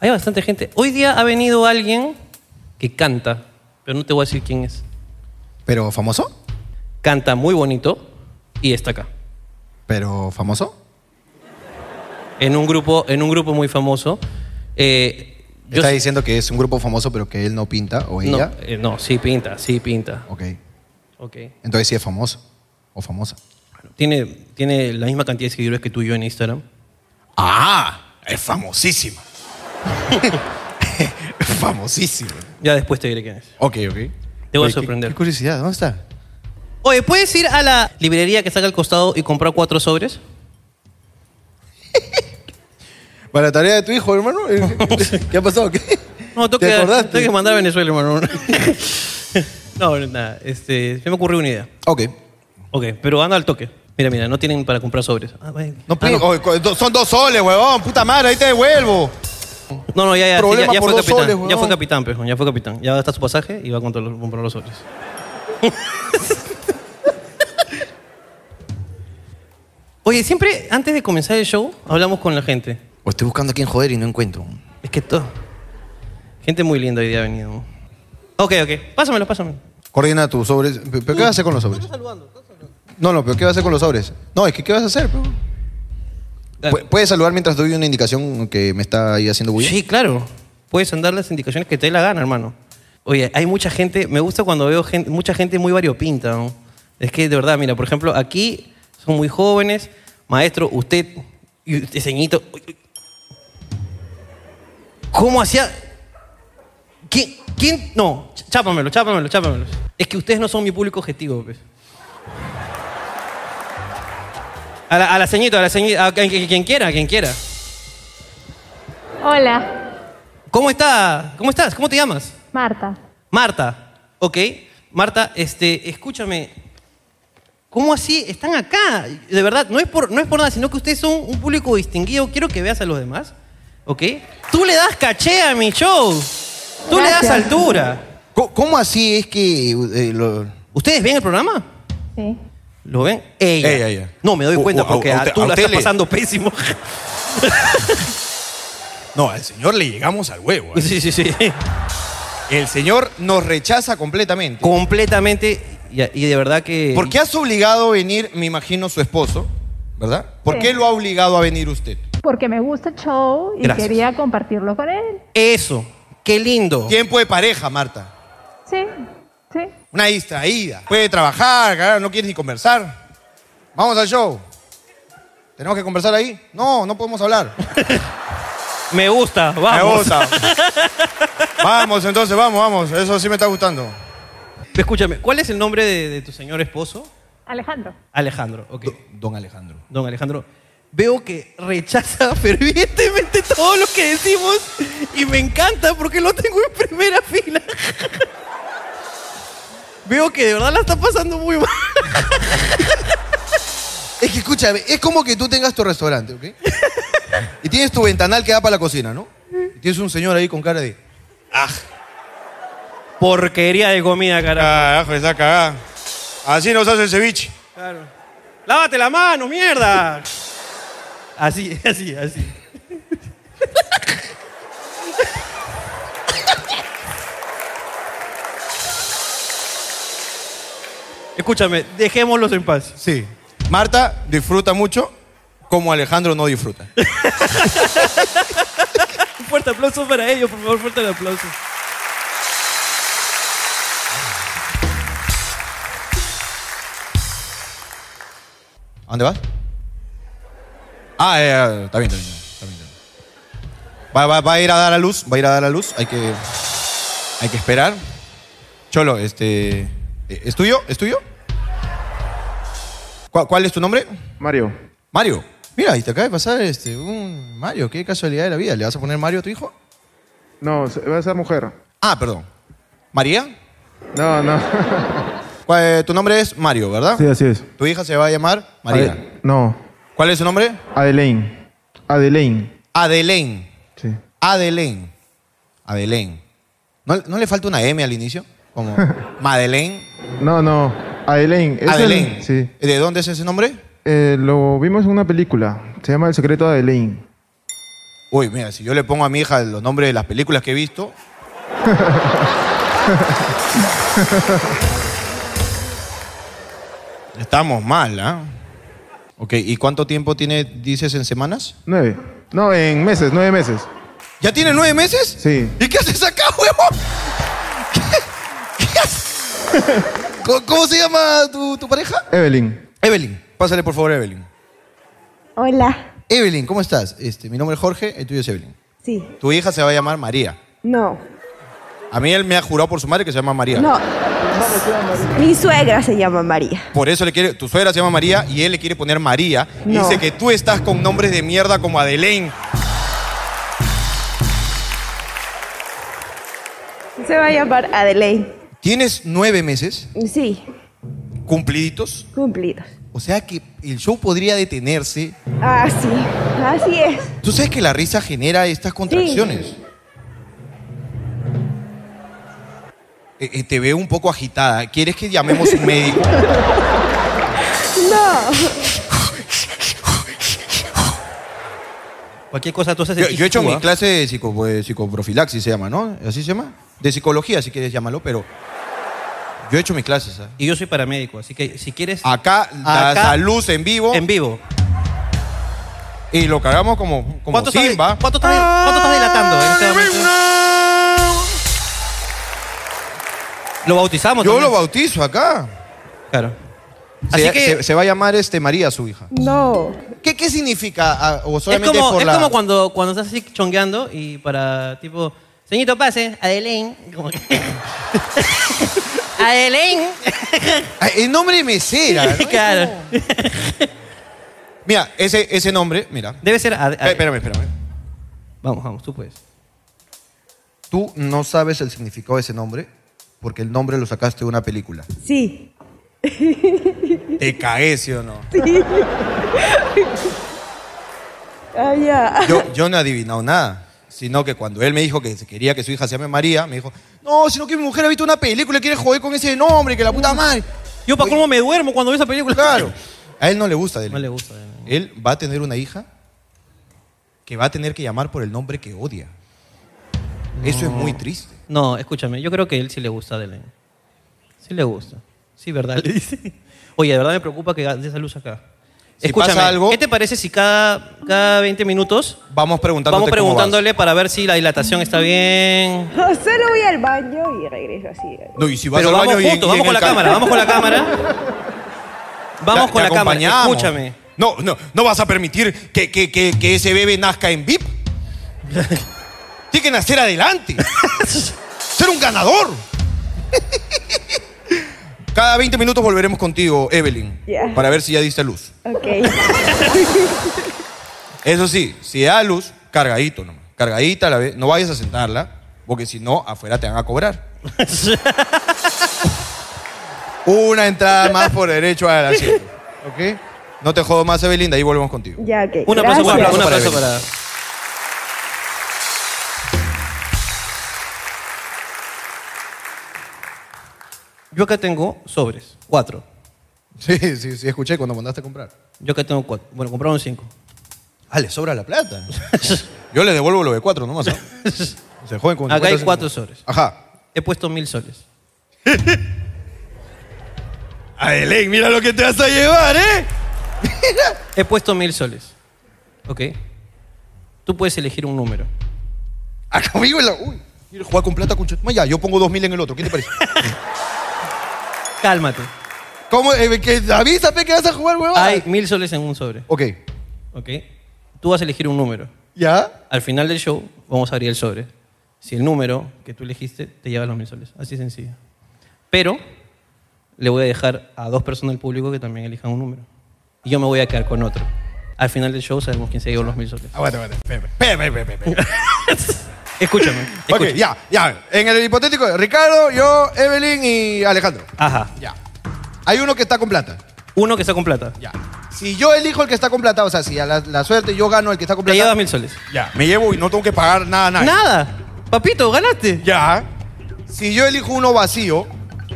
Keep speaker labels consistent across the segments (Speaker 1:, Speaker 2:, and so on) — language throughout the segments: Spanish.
Speaker 1: Hay bastante gente. Hoy día ha venido alguien que canta, pero no te voy a decir quién es.
Speaker 2: ¿Pero famoso?
Speaker 1: Canta muy bonito y está acá.
Speaker 2: ¿Pero famoso?
Speaker 1: En un grupo, en un grupo muy famoso. Eh, yo
Speaker 2: Está
Speaker 1: sé-
Speaker 2: diciendo que es un grupo famoso, pero que él no pinta o
Speaker 1: no,
Speaker 2: ella.
Speaker 1: eh, no, sí pinta, sí pinta.
Speaker 2: Ok.
Speaker 1: Ok.
Speaker 2: Entonces sí es famoso o famosa.
Speaker 1: Tiene, tiene la misma cantidad de seguidores que tú y yo en Instagram.
Speaker 2: ¡Ah! Es famosísima. famosísima.
Speaker 1: Ya después te diré quién es.
Speaker 2: Ok, ok.
Speaker 1: Te voy a
Speaker 2: Oye,
Speaker 1: sorprender.
Speaker 2: Qué, qué curiosidad, ¿dónde está?
Speaker 1: Oye, ¿puedes ir a la librería que está acá al costado y comprar cuatro sobres?
Speaker 2: Para la tarea de tu hijo, hermano. ¿Qué ha pasado? ¿Qué?
Speaker 1: No, tengo
Speaker 2: ¿Te
Speaker 1: que,
Speaker 2: acordaste?
Speaker 1: tengo que mandar a Venezuela, hermano. no, nada. Este, se me ocurrió una idea.
Speaker 2: Ok.
Speaker 1: Ok, pero anda al toque. Mira, mira, no tienen para comprar sobres. Ah, bueno.
Speaker 2: No,
Speaker 1: Ah,
Speaker 2: puedo. Oye, co- do- son dos soles, huevón. Puta madre, ahí te devuelvo.
Speaker 1: No, no, ya, ya, sí,
Speaker 2: Problema
Speaker 1: ya, ya
Speaker 2: por
Speaker 1: fue
Speaker 2: dos
Speaker 1: capitán.
Speaker 2: soles,
Speaker 1: ya
Speaker 2: weón.
Speaker 1: fue capitán, pejón, ya fue capitán. Ya está su pasaje y va a contar- comprar los sobres. Oye, siempre antes de comenzar el show hablamos con la gente.
Speaker 2: O estoy buscando a quién joder y no encuentro.
Speaker 1: Es que todo. Gente muy linda hoy día ha venido. Ok, ok. Pásamelo, pásamelo.
Speaker 2: Coordina tus sobres. Pe- ¿Pero qué vas a hacer con los sobres? No, no, pero ¿qué vas a hacer con los sobres? No, es que ¿qué vas a hacer? pe? Pu- ¿Puedes saludar mientras doy una indicación que me está ahí haciendo bulla?
Speaker 1: Sí, claro. Puedes andar las indicaciones que te dé la gana, hermano. Oye, hay mucha gente, me gusta cuando veo gente, mucha gente muy variopinta. ¿no? Es que de verdad, mira, por ejemplo, aquí son muy jóvenes. Maestro, usted, y usted, ceñito. uy, uy. ¿Cómo hacía? ¿Quién? ¿Quién? No, ch- chápamelo, chápamelo, chápamelo. Es que ustedes no son mi público objetivo, pues. A la, a la ceñito, a la ceñito, a quien- quien quien quiera, a quien quiera.
Speaker 3: Hola,
Speaker 1: ¿Cómo está? ¿Cómo estás? ¿Cómo te llamas?
Speaker 3: Marta.
Speaker 1: Marta. Ok. Marta, este, escúchame. ¿Cómo así? Están acá. De verdad, no es por, no es por nada, sino que ustedes son un público distinguido. Quiero que veas a los demás. ¿Ok? Tú le das caché a mi show. Tú le das
Speaker 3: Gracias.
Speaker 1: altura.
Speaker 2: Co- ¿Cómo así es que eh, lo-
Speaker 1: ¿Ustedes ven el programa?
Speaker 3: Sí.
Speaker 1: ¿Lo ven? Ella.
Speaker 2: Ella, ella.
Speaker 1: No, me doy
Speaker 2: U-
Speaker 1: cuenta
Speaker 2: u- a-
Speaker 1: porque
Speaker 2: a
Speaker 1: a-
Speaker 2: usted-
Speaker 1: tú
Speaker 2: a
Speaker 1: la
Speaker 2: usted
Speaker 1: estás
Speaker 2: le-
Speaker 1: pasando pésimo.
Speaker 2: No, al señor le llegamos al huevo. ¿eh?
Speaker 1: sí, sí, sí.
Speaker 2: El señor nos rechaza completamente.
Speaker 1: Completamente. Y, y de verdad que...
Speaker 2: ¿Por qué has obligado a venir, me imagino, su esposo? ¿Verdad? ¿Por
Speaker 3: Sí.
Speaker 2: qué lo ha obligado a venir usted?
Speaker 3: Porque me gusta el show y
Speaker 1: Gracias.
Speaker 3: quería compartirlo con él.
Speaker 1: Eso. Qué lindo.
Speaker 2: Tiempo de pareja, Marta.
Speaker 3: Sí, sí.
Speaker 2: Una distraída. Puede trabajar, carajo, no quieres ni conversar. Vamos al show. ¿Tenemos que conversar ahí? No, no podemos hablar.
Speaker 1: Me gusta, vamos.
Speaker 2: Me gusta. vamos, entonces, vamos, vamos. Eso sí me está gustando.
Speaker 1: Escúchame, ¿cuál es el nombre de, de tu señor esposo?
Speaker 3: Alejandro.
Speaker 1: Alejandro, ok.
Speaker 2: Don Alejandro.
Speaker 1: Don Alejandro, veo que rechaza fervientemente todo lo que decimos y me encanta porque lo tengo en primera fila. Veo que de verdad la está pasando muy mal.
Speaker 2: Es que escúchame, es como que tú tengas tu restaurante, ¿ok? Y tienes tu ventanal que da para la cocina, ¿no? Y tienes un señor ahí con cara de.
Speaker 1: Ah, Porquería de comida, carajo.
Speaker 2: Carajo, está cagada. Así nos hace el ceviche.
Speaker 1: Claro. Lávate la mano, mierda. Así, así, así. Escúchame, dejémoslos en paz.
Speaker 2: Sí. Marta disfruta mucho, como Alejandro no disfruta.
Speaker 1: Un fuerte aplauso para ellos, por favor, fuerte el aplauso.
Speaker 2: ¿A dónde vas? Ah, eh, eh, está bien, está bien. Está bien, está bien. Va, va- va a ir a dar a luz, va a ir a dar a luz, hay que, hay que esperar. Cholo, este, eh, ¿es tuyo? ¿Es tuyo? ¿Cuál, cuál es tu nombre?
Speaker 4: Mario,
Speaker 2: Mario. Mira, y te acaba de pasar este, un Mario, qué casualidad de la vida. ¿Le vas a poner Mario a tu hijo?
Speaker 4: no, se- va a ser mujer.
Speaker 2: Ah, perdón. ¿María?
Speaker 4: No, no.
Speaker 2: ¿Cuál- eh, tu nombre es Mario, ¿verdad?
Speaker 4: Sí, así es.
Speaker 2: Tu hija se va a llamar María.
Speaker 4: Ade- no,
Speaker 2: ¿Cuál es su nombre?
Speaker 4: Adelaine. Adelaine.
Speaker 2: Adelaine.
Speaker 4: Sí.
Speaker 2: Adelaine. Adelaine. ¿No, no le falta una M al inicio? Como Madeleine.
Speaker 4: No, no. Adelaine. Es el-
Speaker 2: Adelaine.
Speaker 4: sí.
Speaker 2: ¿De dónde es ese nombre?
Speaker 4: Eh, lo vimos en una película. Se llama El secreto de Adelaine.
Speaker 2: Uy, mira, si yo le pongo a mi hija los nombres de las películas que he visto. Estamos mal, ¿ah? Ok, ¿y cuánto tiempo tiene, dices, en semanas?
Speaker 4: Nueve. No, en meses, nueve meses.
Speaker 2: ¿Ya tiene nueve meses?
Speaker 4: Sí.
Speaker 2: ¿Y qué haces acá, huevo? ¿Qué, qué haces? ¿Cómo, cómo se llama tu, tu pareja?
Speaker 4: Evelyn.
Speaker 2: Evelyn. Pásale, por favor, a Evelyn.
Speaker 5: Hola.
Speaker 2: Evelyn, ¿cómo estás? Este, mi nombre es Jorge, el tuyo es Evelyn.
Speaker 5: Sí.
Speaker 2: Tu hija se va a llamar María.
Speaker 5: No.
Speaker 2: A mí él me ha jurado por su madre que se llama María.
Speaker 5: No. Mi suegra se llama María.
Speaker 2: Por eso le quiere, tu suegra se llama María y él le quiere poner María. Y
Speaker 5: No.
Speaker 2: Dice que tú estás con nombres de mierda como Adelaine.
Speaker 5: Se va a llamar Adelaide.
Speaker 2: Tienes nueve meses
Speaker 5: Sí,
Speaker 2: cumpliditos.
Speaker 5: cumplidos.
Speaker 2: O sea que el show podría detenerse.
Speaker 5: Ah, sí. Así es.
Speaker 2: Tú sabes que la risa genera estas contracciones. Eh, eh, te veo un poco agitada. ¿Quieres que llamemos un médico?
Speaker 5: No.
Speaker 1: Cualquier cosa tú haces el
Speaker 2: Yo, yo he hecho
Speaker 1: chichu,
Speaker 2: mi
Speaker 1: ¿ah?
Speaker 2: clase de psico- pues, psicoprofilaxis, se llama, ¿no? ¿Así se llama? De psicología, si quieres llamarlo, pero yo he hecho mis clases. ¿ah?
Speaker 1: Y yo soy paramédico, así que si quieres...
Speaker 2: Acá, la
Speaker 1: Acá,
Speaker 2: salud en vivo
Speaker 1: En vivo.
Speaker 2: y lo cargamos como, como
Speaker 1: ¿Cuánto estás,
Speaker 2: Simba.
Speaker 1: cuánto estás- cuánto estás dilatando en este momento? Lo bautizamos
Speaker 2: Yo lo
Speaker 1: también.
Speaker 2: bautizo acá.
Speaker 1: Claro.
Speaker 2: Se,
Speaker 1: Así que...
Speaker 2: se- se va a llamar este María, su hija.
Speaker 5: No.
Speaker 2: ¿Qué, qué significa? ah, o
Speaker 1: Es
Speaker 2: solamente
Speaker 1: como,
Speaker 2: por
Speaker 1: es
Speaker 2: la-
Speaker 1: como cuando, cuando estás así chongueando y para tipo, señorito pase, Adelén. Como que- Adelén.
Speaker 2: Ah, el nombre de mesera. ¿no? Es
Speaker 1: claro.
Speaker 2: como- Mira, ese, ese nombre, mira.
Speaker 1: Debe ser. Ade-
Speaker 2: Eh, espérame, espérame.
Speaker 1: Vamos, vamos, tú puedes.
Speaker 2: Tú no sabes el significado de ese nombre porque el nombre lo sacaste de una película.
Speaker 5: Sí.
Speaker 2: Te cagué, ¿sí o no?
Speaker 5: Ah, ya.
Speaker 2: Yo, yo no he adivinado nada. Sino que cuando él me dijo que se quería que su hija se llame María, me dijo, no, sino que mi mujer ha visto una película y quiere joder con ese nombre, que la puta madre.
Speaker 1: Yo, ¿para cómo me duermo cuando veo esa película?
Speaker 2: Claro. A él no le gusta. Dele.
Speaker 1: No le gusta. Adelén.
Speaker 2: Él va a tener una hija que va a tener que llamar por el nombre que odia. Eso es muy triste.
Speaker 1: No, escúchame, yo creo que él sí le gusta a Adelén. Sí le gusta. Sí, ¿verdad? Le dice. Oye, de verdad me preocupa que des esa luz acá.
Speaker 2: Si
Speaker 1: Escúchame,
Speaker 2: pasa algo-
Speaker 1: ¿qué te parece si cada, cada 20 minutos
Speaker 2: Vamos preguntándote
Speaker 1: vamos
Speaker 2: cómo vas.
Speaker 1: preguntándole para ver si la dilatación está bien?
Speaker 5: Solo voy al baño y regreso así.
Speaker 2: No, y si vas
Speaker 1: Pero
Speaker 2: al
Speaker 1: vamos
Speaker 2: baño y-
Speaker 1: juntos,
Speaker 2: y en
Speaker 1: vamos con
Speaker 2: el
Speaker 1: la
Speaker 2: ca-
Speaker 1: cámara, vamos con la cámara. Vamos
Speaker 2: Te-
Speaker 1: con
Speaker 2: te
Speaker 1: la cámara,
Speaker 2: acompañamos.
Speaker 1: escúchame.
Speaker 2: No, no, no vas a permitir que, que- que- que ese bebé nazca en VIP. Tiene que nacer adelante. Ser un ganador. Cada 20 minutos volveremos contigo, Evelyn,
Speaker 5: Ya.
Speaker 2: para ver si ya diste a luz.
Speaker 5: Ok.
Speaker 2: Eso sí, si da luz, cargadito nomás. Cargadita, la ve- no vayas a sentarla, porque si no, afuera te van a cobrar. Una entrada más por derecho al asiento. ¿Ok? No te jodo más, Evelyn, de ahí volvemos contigo.
Speaker 5: Ya, ok.
Speaker 1: Un aplauso, un
Speaker 5: Gracias.
Speaker 1: aplauso, un
Speaker 2: Gracias.
Speaker 1: aplauso para. Yo acá tengo sobres, cuatro.
Speaker 2: Sí, sí, sí, escuché cuando mandaste a comprar.
Speaker 1: Yo acá tengo cuatro. Bueno, compraron cinco.
Speaker 2: Ah, le sobra la plata. Yo le devuelvo lo de cuatro nomás. ¿ah? Se joden con
Speaker 1: Acá hay
Speaker 2: 50
Speaker 1: cuatro
Speaker 2: céntimos.
Speaker 1: sobres.
Speaker 2: Ajá.
Speaker 1: He puesto mil soles.
Speaker 2: Adelén, mira lo que te vas a llevar, ¿eh?
Speaker 1: He puesto mil soles. ¿Ok? Tú puedes elegir un número.
Speaker 2: Acá conmigo en la. Uy, quiero jugar con plata con chet- Ya, yo pongo dos mil en el otro. ¿Qué te parece?
Speaker 1: Cálmate.
Speaker 2: ¿Cómo? Eh, que avisa, pe, que vas a jugar, huevón.
Speaker 1: Hay mil soles en un sobre.
Speaker 2: Ok.
Speaker 1: ¿Ok? Tú vas a elegir un número.
Speaker 2: ¿Ya?
Speaker 1: Al final del show, vamos a abrir el sobre. Si el número que tú elegiste te lleva los mil soles. Así de sencillo. Pero le voy a dejar a dos personas del público que también elijan un número. Y yo me voy a quedar con otro. Al final del show sabemos quién se llevó los mil soles.
Speaker 2: Aguanta, aguanta. Espera, espera, espera, espera, espera.
Speaker 1: Escúchame.
Speaker 2: Ok,
Speaker 1: escucha.
Speaker 2: ya, ya. En el hipotético, Ricardo, yo, Evelyn y Alejandro.
Speaker 1: Ajá.
Speaker 2: Ya. Hay uno que está con plata.
Speaker 1: Uno que está con plata.
Speaker 2: Ya. Si yo elijo el que está con plata, o sea, si a la, la suerte yo gano el que está con
Speaker 1: Te
Speaker 2: plata.
Speaker 1: llevas mil soles.
Speaker 2: Ya. Me llevo y no tengo que pagar nada, nada.
Speaker 1: Nada. Papito, ganaste.
Speaker 2: Ya. Si yo elijo uno vacío,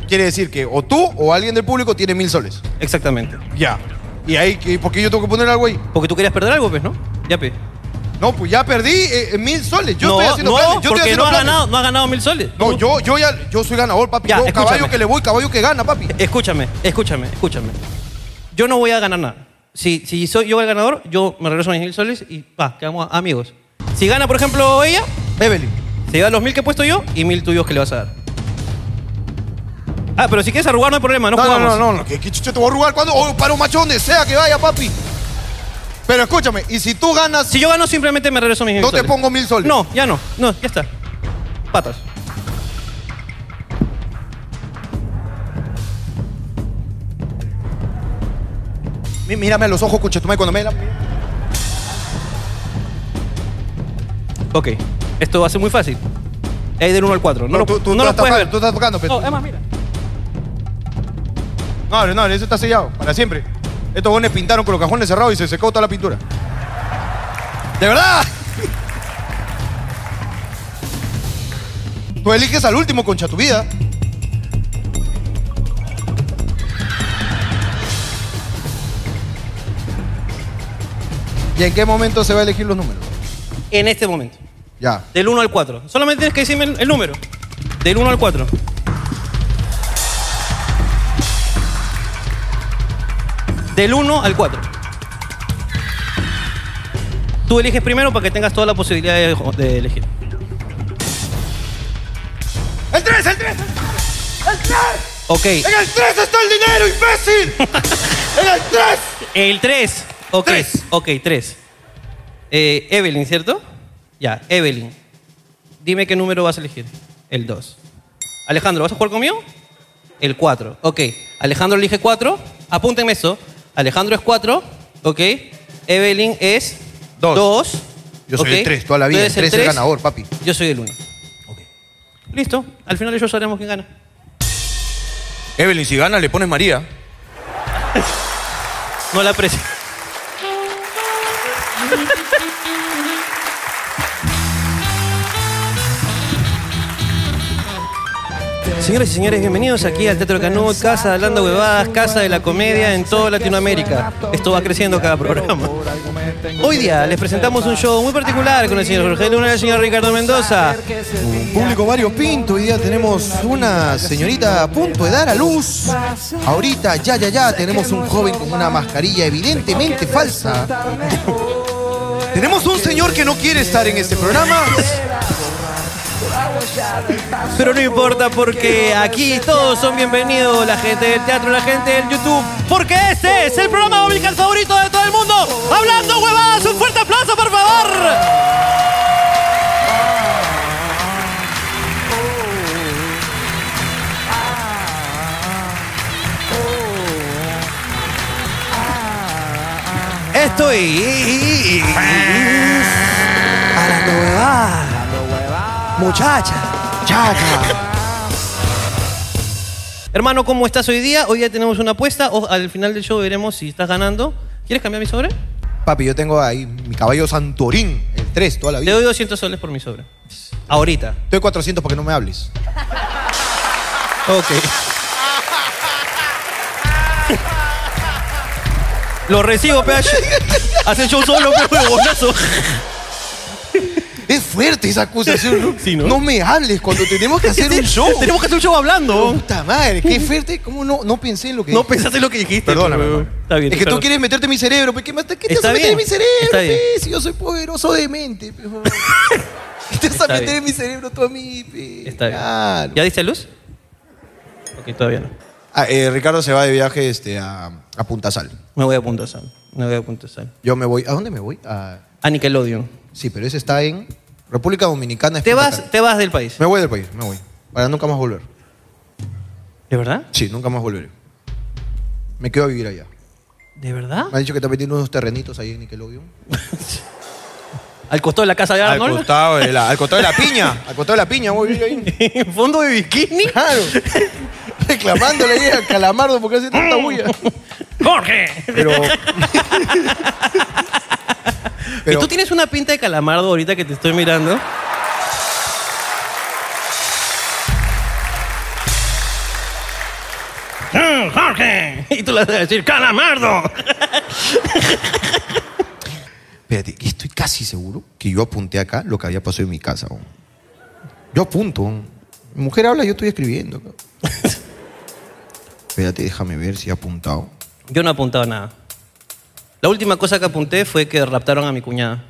Speaker 2: quiere decir que o tú o alguien del público tiene mil soles.
Speaker 1: Exactamente.
Speaker 2: Ya. Y ahí, ¿y ¿por qué yo tengo que poner algo ahí?
Speaker 1: Porque tú querías perder algo, pues, ¿no? Ya, pe.
Speaker 2: No, pues ya perdí eh, eh, mil soles. Yo
Speaker 1: no,
Speaker 2: estoy haciendo
Speaker 1: no,
Speaker 2: planes. Yo estoy
Speaker 1: porque
Speaker 2: haciendo
Speaker 1: no ha
Speaker 2: planes.
Speaker 1: ganado, no ha ganado mil soles.
Speaker 2: No, yo, yo ya, yo soy ganador, papi.
Speaker 1: Ya,
Speaker 2: yo, caballo
Speaker 1: escúchame.
Speaker 2: que le voy, caballo que gana, papi.
Speaker 1: Escúchame, escúchame, escúchame. Yo no voy a ganar nada. Si, si soy yo el ganador, yo me regreso mis mil soles y va, quedamos amigos. Si gana, por ejemplo, ella,
Speaker 2: Evelyn.
Speaker 1: se lleva los mil que he puesto yo y mil tuyos que le vas a dar. Ah, pero si quieres arrugar, no hay problema, no,
Speaker 2: No, no,
Speaker 1: jugamos.
Speaker 2: no, no, no. ¿Qué, qué chucha te voy a arrugar cuando? Oh, para un macho donde sea que vaya, papi. Pero escúchame, y si tú ganas,
Speaker 1: Si yo gano, simplemente me regreso mis mil
Speaker 2: no te
Speaker 1: soles.
Speaker 2: pongo mil soles.
Speaker 1: No, ya no, no, ya está. Patas.
Speaker 2: Mí- Mírame a los ojos, conchetumay, cuando me la-
Speaker 1: Ok, esto va a ser muy fácil. Hay del 1 al 4. No,
Speaker 2: No,
Speaker 1: lo,
Speaker 2: tú- tú
Speaker 1: no lo
Speaker 2: estás
Speaker 1: puedes
Speaker 2: tapando,
Speaker 1: ver.
Speaker 2: tú estás tocando, pero-
Speaker 1: No, es más, mira.
Speaker 2: No, no, eso está sellado, para siempre. Estos gones pintaron con los cajones cerrados y se secó toda la pintura. ¡De verdad! Tú eliges al último, concha tu vida. ¿Y en qué momento se va a elegir los números?
Speaker 1: En este momento.
Speaker 2: Ya.
Speaker 1: Del 1 al 4. Solamente tienes que decirme el, el número. Del 1 al 4. Del 1 al 4. Tú eliges primero para que tengas toda la posibilidad de, de elegir.
Speaker 2: ¡El 3, el 3! ¡El 3!
Speaker 1: Ok.
Speaker 2: ¡En el 3 está el dinero, imbécil! ¡En el 3!
Speaker 1: El 3. Ok.
Speaker 2: Tres.
Speaker 1: Ok, 3. Evelyn, ¿cierto? Ya, Evelyn. Dime qué número vas a elegir. El 2. Alejandro, ¿vas a jugar conmigo? El 4. Ok. Alejandro elige 4. Apúntenme eso. Alejandro es 4. Ok. Evelyn es
Speaker 2: Dos.
Speaker 1: 2.
Speaker 2: Yo soy el tres, toda la vida. El tres es ganador, papi.
Speaker 1: Yo soy el 1. Listo. Al final ellos sabremos quién gana.
Speaker 2: Evelyn, si gana, le pones María.
Speaker 1: No la aprecio. Señoras y señores, bienvenidos aquí al Teatro Canut, Casa de Hablando Huevadas, Casa de la Comedia en toda Latinoamérica. Esto va creciendo cada programa. Hoy día les presentamos un show muy particular con el señor Jorge Luna y el señor Ricardo Mendoza.
Speaker 2: Público Mario Pinto, hoy día tenemos una señorita a punto de dar a luz. Ahorita, ya, ya, ya, tenemos un joven con una mascarilla evidentemente falsa. tenemos un señor que no quiere estar en este programa.
Speaker 1: Pero no importa porque aquí todos son bienvenidos, la gente del teatro, la gente del YouTube, porque este es el programa musical favorito de todo el mundo. Hablando huevadas, un fuerte aplauso por favor. Estoy hablando huevadas, muchacha. Hermano, ¿cómo estás hoy día? Hoy día tenemos una apuesta. O- al final del show veremos si estás ganando. ¿Quieres cambiar mi sobre?
Speaker 2: Papi, yo tengo ahí mi caballo Santorín, el 3, toda la
Speaker 1: Te
Speaker 2: vida.
Speaker 1: doy 200 soles por mi sobre. Ahorita.
Speaker 2: Estoy 400 para que no me hables.
Speaker 1: Ok. Lo recibo, PH. Hace show solo, pues, pero bonazo.
Speaker 2: Es fuerte esa acusación, ¿no?
Speaker 1: Sí, ¿no?
Speaker 2: No me hables cuando tenemos que hacer un show.
Speaker 1: Tenemos que hacer un show hablando.
Speaker 2: Puta madre, qué fuerte. ¿Cómo no, no pensé en lo que
Speaker 1: No
Speaker 2: dije?
Speaker 1: pensaste lo que dijiste.
Speaker 2: Perdóname,
Speaker 1: pero-
Speaker 2: hermano.
Speaker 1: Está bien.
Speaker 2: Es que tú
Speaker 1: perdón.
Speaker 2: quieres meterte en mi cerebro, pues, ¿qué, más te- qué te
Speaker 1: Está
Speaker 2: vas a meter en mi
Speaker 1: bien,
Speaker 2: cerebro?
Speaker 1: está bien.
Speaker 2: pe? Si yo soy poderoso de mente. pe, joder. ¿Qué te vas a
Speaker 1: Está
Speaker 2: meter
Speaker 1: bien.
Speaker 2: en mi cerebro tú a mí? pe?
Speaker 1: Está bien.
Speaker 2: Claro.
Speaker 1: ¿Ya diste luz? Ok, todavía no.
Speaker 2: Ah, eh, Ricardo se va de viaje este, a, a Punta Sal.
Speaker 1: Me voy a Punta Sal. Me voy a Punta Sal.
Speaker 2: Yo me voy. ¿A dónde me voy? A-
Speaker 1: A Nickelodeon.
Speaker 2: sí, pero ese está en República Dominicana. es
Speaker 1: Te
Speaker 2: Punta
Speaker 1: vas,
Speaker 2: Cana.
Speaker 1: te vas del país.
Speaker 2: Me voy del país, me voy. Para nunca más volver.
Speaker 1: ¿De verdad?
Speaker 2: Sí, nunca más volveré. Me quedo a vivir allá.
Speaker 1: ¿De verdad?
Speaker 2: Me han dicho que también tiene unos terrenitos ahí en Nickelodeon.
Speaker 1: Al costado de la casa de Arnold.
Speaker 2: costado de la, al costado de la piña. Al costado de la piña voy a vivir ahí.
Speaker 1: En fondo de bikini.
Speaker 2: Claro. Reclamándole ahí a Calamardo porque hace tanta bulla.
Speaker 1: ¡Jorge!
Speaker 2: Pero.
Speaker 1: Y tú tienes una pinta de calamardo ahorita que te estoy mirando. ¡Jorge! Y tú le vas a decir, ¡Calamardo!
Speaker 2: Espérate, ¿qué estoy casi seguro que yo apunté acá lo que había pasado en mi casa. weón. Yo apunto. weón. Mi mujer habla, yo estoy escribiendo. cabrón. Espérate, déjame ver si he apuntado.
Speaker 1: Yo no he apuntado nada. La última cosa que apunté fue que raptaron a mi cuñada.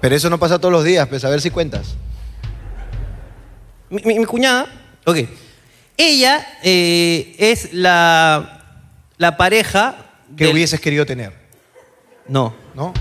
Speaker 2: Pero eso no pasa todos los días, pues a ver si cuentas.
Speaker 1: Mi, mi- mi cuñada, ok. Ella eh, es la, la pareja.
Speaker 2: ¿Qué
Speaker 1: del-
Speaker 2: hubieses querido tener?
Speaker 1: No,
Speaker 2: ¿No?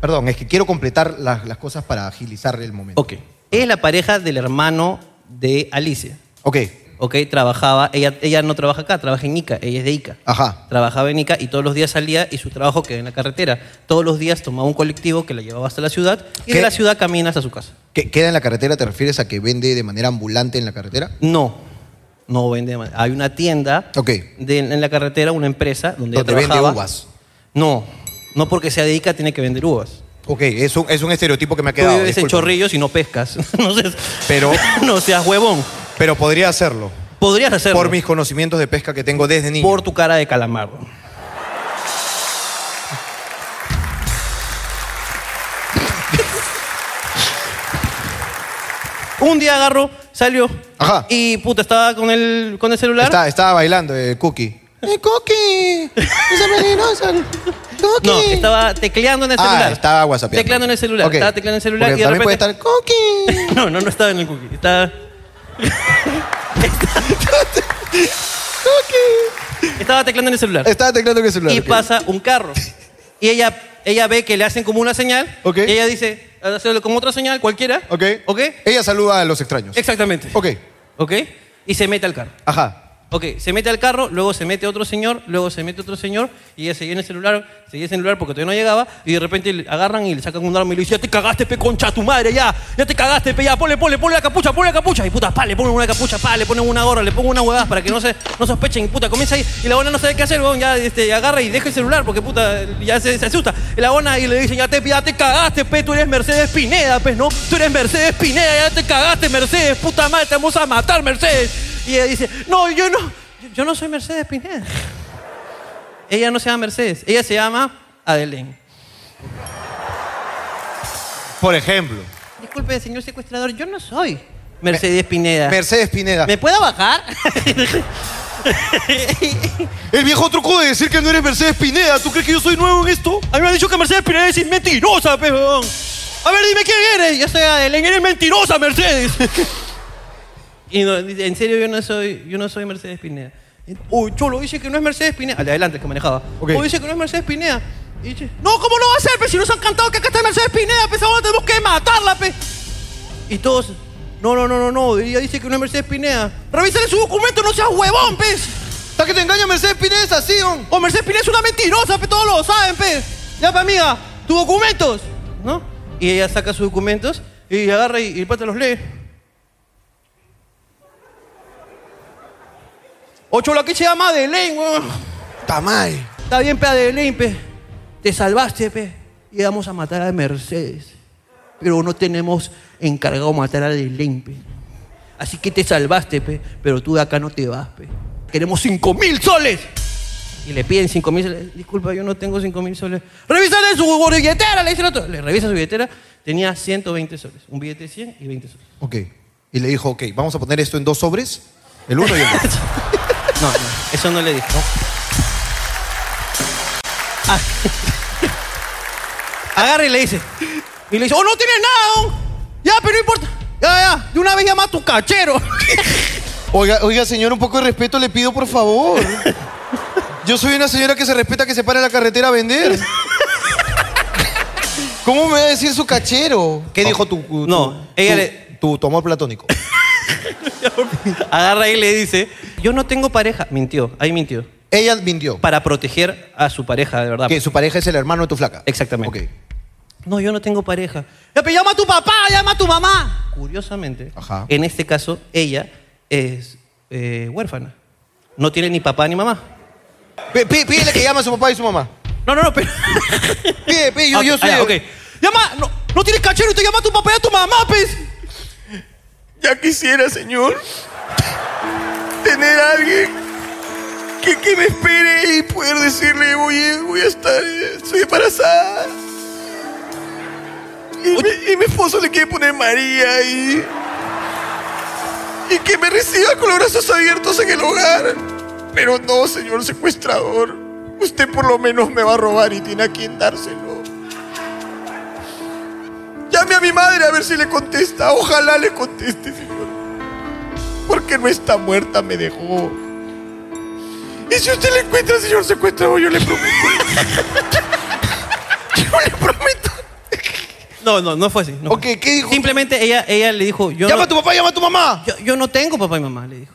Speaker 2: Perdón, es que quiero completar las, las cosas para agilizar el momento.
Speaker 1: ok. Es la pareja del hermano de Alicia.
Speaker 2: Ok,
Speaker 1: Ok, trabajaba. Ella, ella no trabaja acá, trabaja en Ica. Ella es de Ica.
Speaker 2: ajá.
Speaker 1: Trabajaba en Ica y todos los días salía y su trabajo quedaba en la carretera. Todos los días tomaba un colectivo que la llevaba hasta la ciudad y
Speaker 2: ¿Qué?
Speaker 1: de la ciudad camina hasta su casa.
Speaker 2: ¿Qué- ¿Queda en la carretera? ¿Te refieres a que vende de manera ambulante en la carretera?
Speaker 1: No, no vende más. Hay una tienda
Speaker 2: Ok.
Speaker 1: de- en la carretera, una empresa donde ella
Speaker 2: Donde vende
Speaker 1: trabajaba.
Speaker 2: uvas.
Speaker 1: No, no porque sea de Ica tiene que vender uvas.
Speaker 2: Ok, es un, es un estereotipo que me ha
Speaker 1: Tú
Speaker 2: quedado.
Speaker 1: vives en
Speaker 2: discúlpame.
Speaker 1: chorrillos y no pescas. no, seas,
Speaker 2: Pero-
Speaker 1: no seas huevón.
Speaker 2: Pero podría hacerlo.
Speaker 1: Podrías hacerlo.
Speaker 2: Por mis conocimientos de pesca que tengo desde niño.
Speaker 1: Por tu cara de calamar. Un día agarro, salió.
Speaker 2: Ajá.
Speaker 1: Y puta, estaba con el, con el celular.
Speaker 2: Está- estaba bailando el cookie. ¡El Eh, cookie! ¡Esa peligrosa! ¡Cookie!
Speaker 1: No, estaba tecleando en el
Speaker 2: Ah,
Speaker 1: celular.
Speaker 2: estaba whatsappeando.
Speaker 1: Tecleando en el celular.
Speaker 2: Ok.
Speaker 1: Estaba tecleando en el celular
Speaker 2: Porque
Speaker 1: y de
Speaker 2: también
Speaker 1: repente...
Speaker 2: puede estar cookie.
Speaker 1: No, no, no estaba en el cookie. Estaba... Estaba tecleando en el celular.
Speaker 2: Estaba teclando en el celular.
Speaker 1: y
Speaker 2: ok.
Speaker 1: pasa un carro. Y ella, ella ve que le hacen como una señal.
Speaker 2: Ok.
Speaker 1: Y ella dice, hacerlo como otra señal, cualquiera.
Speaker 2: Ok.
Speaker 1: ¿Ok?
Speaker 2: Ella saluda a los extraños.
Speaker 1: Exactamente.
Speaker 2: Ok.
Speaker 1: ¿Ok? Y se mete al carro.
Speaker 2: Ajá.
Speaker 1: Ok, se mete al carro, luego se mete otro señor, luego se mete otro señor, y ella seguía en el celular, seguía en el celular porque todavía no llegaba, y de repente le agarran y le sacan un arma y le dicen, ya te cagaste, pe concha, tu madre, ya, ya te cagaste, pe, ya, ponle, ponle, ponle la capucha, ponle la capucha, y puta, pa, le ponen una capucha, pa, le ponen una gorra, le ponen una huevada para que no se no sospechen, y puta, comienza ahí, y la buena no sabe qué hacer, weón, ya este, agarra y deja el celular porque puta, ya se, se asusta, y la buena y le dicen, ya te, ya te cagaste, pe, tú eres Mercedes Pineda, pues, ¿no? Tú eres Mercedes Pineda, ya te cagaste, Mercedes, puta madre, te vamos a matar, Mercedes. Y ella dice, no, yo no, yo no soy Mercedes Pineda. Ella no se llama Mercedes, ella se llama Adelén.
Speaker 2: Por ejemplo.
Speaker 1: Disculpe, señor secuestrador, yo no soy Mercedes Pineda.
Speaker 2: Mercedes Pineda.
Speaker 1: ¿Me puedo bajar?
Speaker 2: El viejo truco de decir que no eres Mercedes Pineda. ¿Tú crees que yo soy nuevo en esto?
Speaker 1: A mí me han dicho que Mercedes Pineda es mentirosa, pejón. A ver, dime quién eres. Yo soy Adelén, eres mentirosa, Mercedes. y no, dice, en serio, yo no soy, yo no soy Mercedes Pineda. Uy, Cholo, dice que no es Mercedes Pineda. Al de adelante, el que manejaba.
Speaker 2: Ok.
Speaker 1: Uy, dice que no es Mercedes Pineda. Y dice, no, ¿cómo no va a ser? Pues si nos han cantado que acá está Mercedes Pineda, pues ahora tenemos que matarla, pe. Y todos, no, no, no, no, no. Ella dice que no es Mercedes Pineda. Revísale su documento, no seas huevón, pez.
Speaker 2: ¿Está que te engaña Mercedes Pineda es así, hon?
Speaker 1: O Mercedes Pineda es una mentirosa, pero todos lo saben, pe. Ya, pa, amiga, tus documentos, ¿no? Y ella saca sus documentos y agarra y, y el pata los lee. Ocho, la que se llama Adelén, weón.
Speaker 2: Tamay.
Speaker 1: Está bien, pe, Adelén, pe. Te salvaste, pe. Y vamos a matar a Mercedes. Pero no tenemos encargado matar a Adelén, pe. Así que te salvaste, pe. Pero tú de acá no te vas, pe. Queremos cinco mil soles y le piden 5 mil soles. Disculpa, yo no tengo 5 mil soles. Revísale su billetera, le dice el otro. Le revisa su billetera, tenía 120 soles. Un billete de 100 y 20 soles.
Speaker 2: Ok. Y le dijo, ok, vamos a poner esto en dos sobres. El uno y el dos.
Speaker 1: No, no, eso no le dijo. Ah. Agarra y le dice. Y le dice, oh, no tienes nada, don. Ya, pero no importa. Ya, ya, de una vez llama a tu cachero.
Speaker 2: Oiga, oiga, señor, un poco de respeto le pido, por favor. Yo soy una señora que se respeta que se para en la carretera a vender. ¿Cómo me va a decir su cachero? ¿Qué dijo tu, tu-
Speaker 1: No,
Speaker 2: tu-
Speaker 1: ella le-
Speaker 2: tu, tu amor platónico?
Speaker 1: Agarra y le dice, yo no tengo pareja. Mintió, ahí mintió.
Speaker 2: Ella mintió.
Speaker 1: Para proteger a su pareja, de verdad.
Speaker 2: Que su pareja es el hermano de tu flaca.
Speaker 1: Exactamente.
Speaker 2: Ok.
Speaker 1: No, yo no tengo pareja. Ya, pero llama a tu papá, llama a tu mamá. Curiosamente,
Speaker 2: Ajá.
Speaker 1: en este caso, ella es eh, huérfana. No tiene ni papá ni mamá.
Speaker 2: Pe- pe- Pídele que llame a su papá y su mamá.
Speaker 1: No, no, no, pero.
Speaker 2: Pide, pide, yo,
Speaker 1: Ah,
Speaker 2: yo soy.
Speaker 1: ah, ya, ok. Llama, no, no tienes cachero y te llama a tu papá y a tu mamá, pues.
Speaker 6: Ya quisiera, señor, tener a alguien que, que me espere y poder decirle, oye, voy a estar, eh, estoy embarazada. Y mi, y mi esposo le quiere poner María y. Y que me reciba con los brazos abiertos en el hogar. Pero no, señor secuestrador. Usted por lo menos me va a robar y tiene a quien dárselo. Llame a mi madre a ver si le contesta. Ojalá le conteste, señor. Porque no está muerta, me dejó. Y si usted la encuentra, señor secuestrador, yo le prometo. yo le prometo.
Speaker 1: No, no, no fue así. no fue
Speaker 2: Ok,
Speaker 1: así.
Speaker 2: ¿qué dijo?
Speaker 1: Simplemente ella, ella le dijo, yo
Speaker 2: Llama
Speaker 1: no,
Speaker 2: a tu papá, llama a tu mamá.
Speaker 1: yo, yo no tengo papá y mamá, le dijo.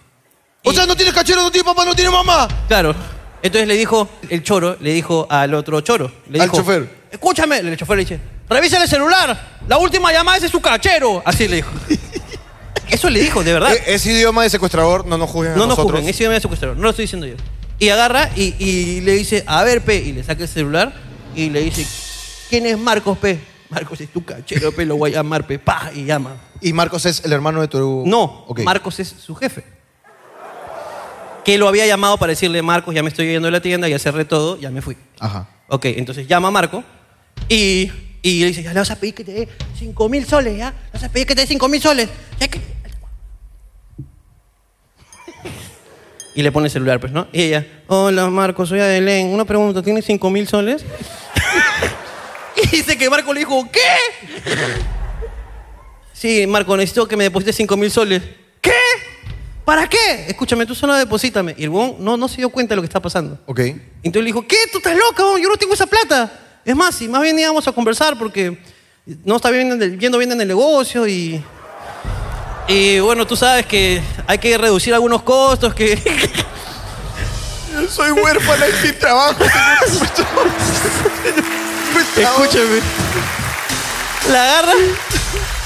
Speaker 2: O
Speaker 1: Y-
Speaker 2: sea, no tienes cachero, no tienes papá, no tienes mamá.
Speaker 1: Claro. Entonces le dijo, el choro le dijo al otro choro. Le
Speaker 2: Al
Speaker 1: dijo,
Speaker 2: chofer.
Speaker 1: Escúchame, el chofer le dice, revisa el celular, la última llamada es de su cachero. Así le dijo. Eso le dijo, de verdad.
Speaker 2: E- ese idioma de secuestrador no nos juzguen
Speaker 1: no
Speaker 2: a
Speaker 1: nos
Speaker 2: nosotros.
Speaker 1: juzguen, ese idioma es secuestrador, no lo estoy diciendo yo. Y agarra y, y le dice, a ver, P, y le saca el celular y le dice, ¿quién es Marcos, P? Marcos es tu cachero, P, lo voy a llamar, P, pa, y llama.
Speaker 2: Y Marcos es el hermano de tu...
Speaker 1: No,
Speaker 2: Oh, Ok.
Speaker 1: Marcos es su jefe. Que lo había llamado para decirle, Marcos, ya me estoy yendo de la tienda, ya cerré todo, ya me fui.
Speaker 2: Ajá.
Speaker 1: Ok, entonces llama a Marco y, y le dice, ya le vas a pedir que te dé 5 mil soles, ¿ya? Le vas a pedir que te dé 5 mil soles. Ya que- Y le pone el celular, pues, ¿no? Y ella, hola Marco, soy Adelén. Una pregunta, ¿tienes 5 mil soles? y dice que Marco le dijo, ¿qué? sí, Marco, necesito que me deposites 5 mil soles. ¿Qué? ¿Para qué? Escúchame, tú solo deposítame. Y el huevón no, no se dio cuenta de lo que está pasando.
Speaker 2: Ok.
Speaker 1: Entonces le dijo, ¿qué? ¿Tú estás loca? weón? Yo no tengo esa plata. Es más, si más bien íbamos a conversar porque no está bien en el- yendo bien en el negocio y... Y bueno, tú sabes que hay que reducir algunos costos, que...
Speaker 6: Yo soy huérfana y sin trabajo, señor secuestrador.
Speaker 1: Escúchame. La agarra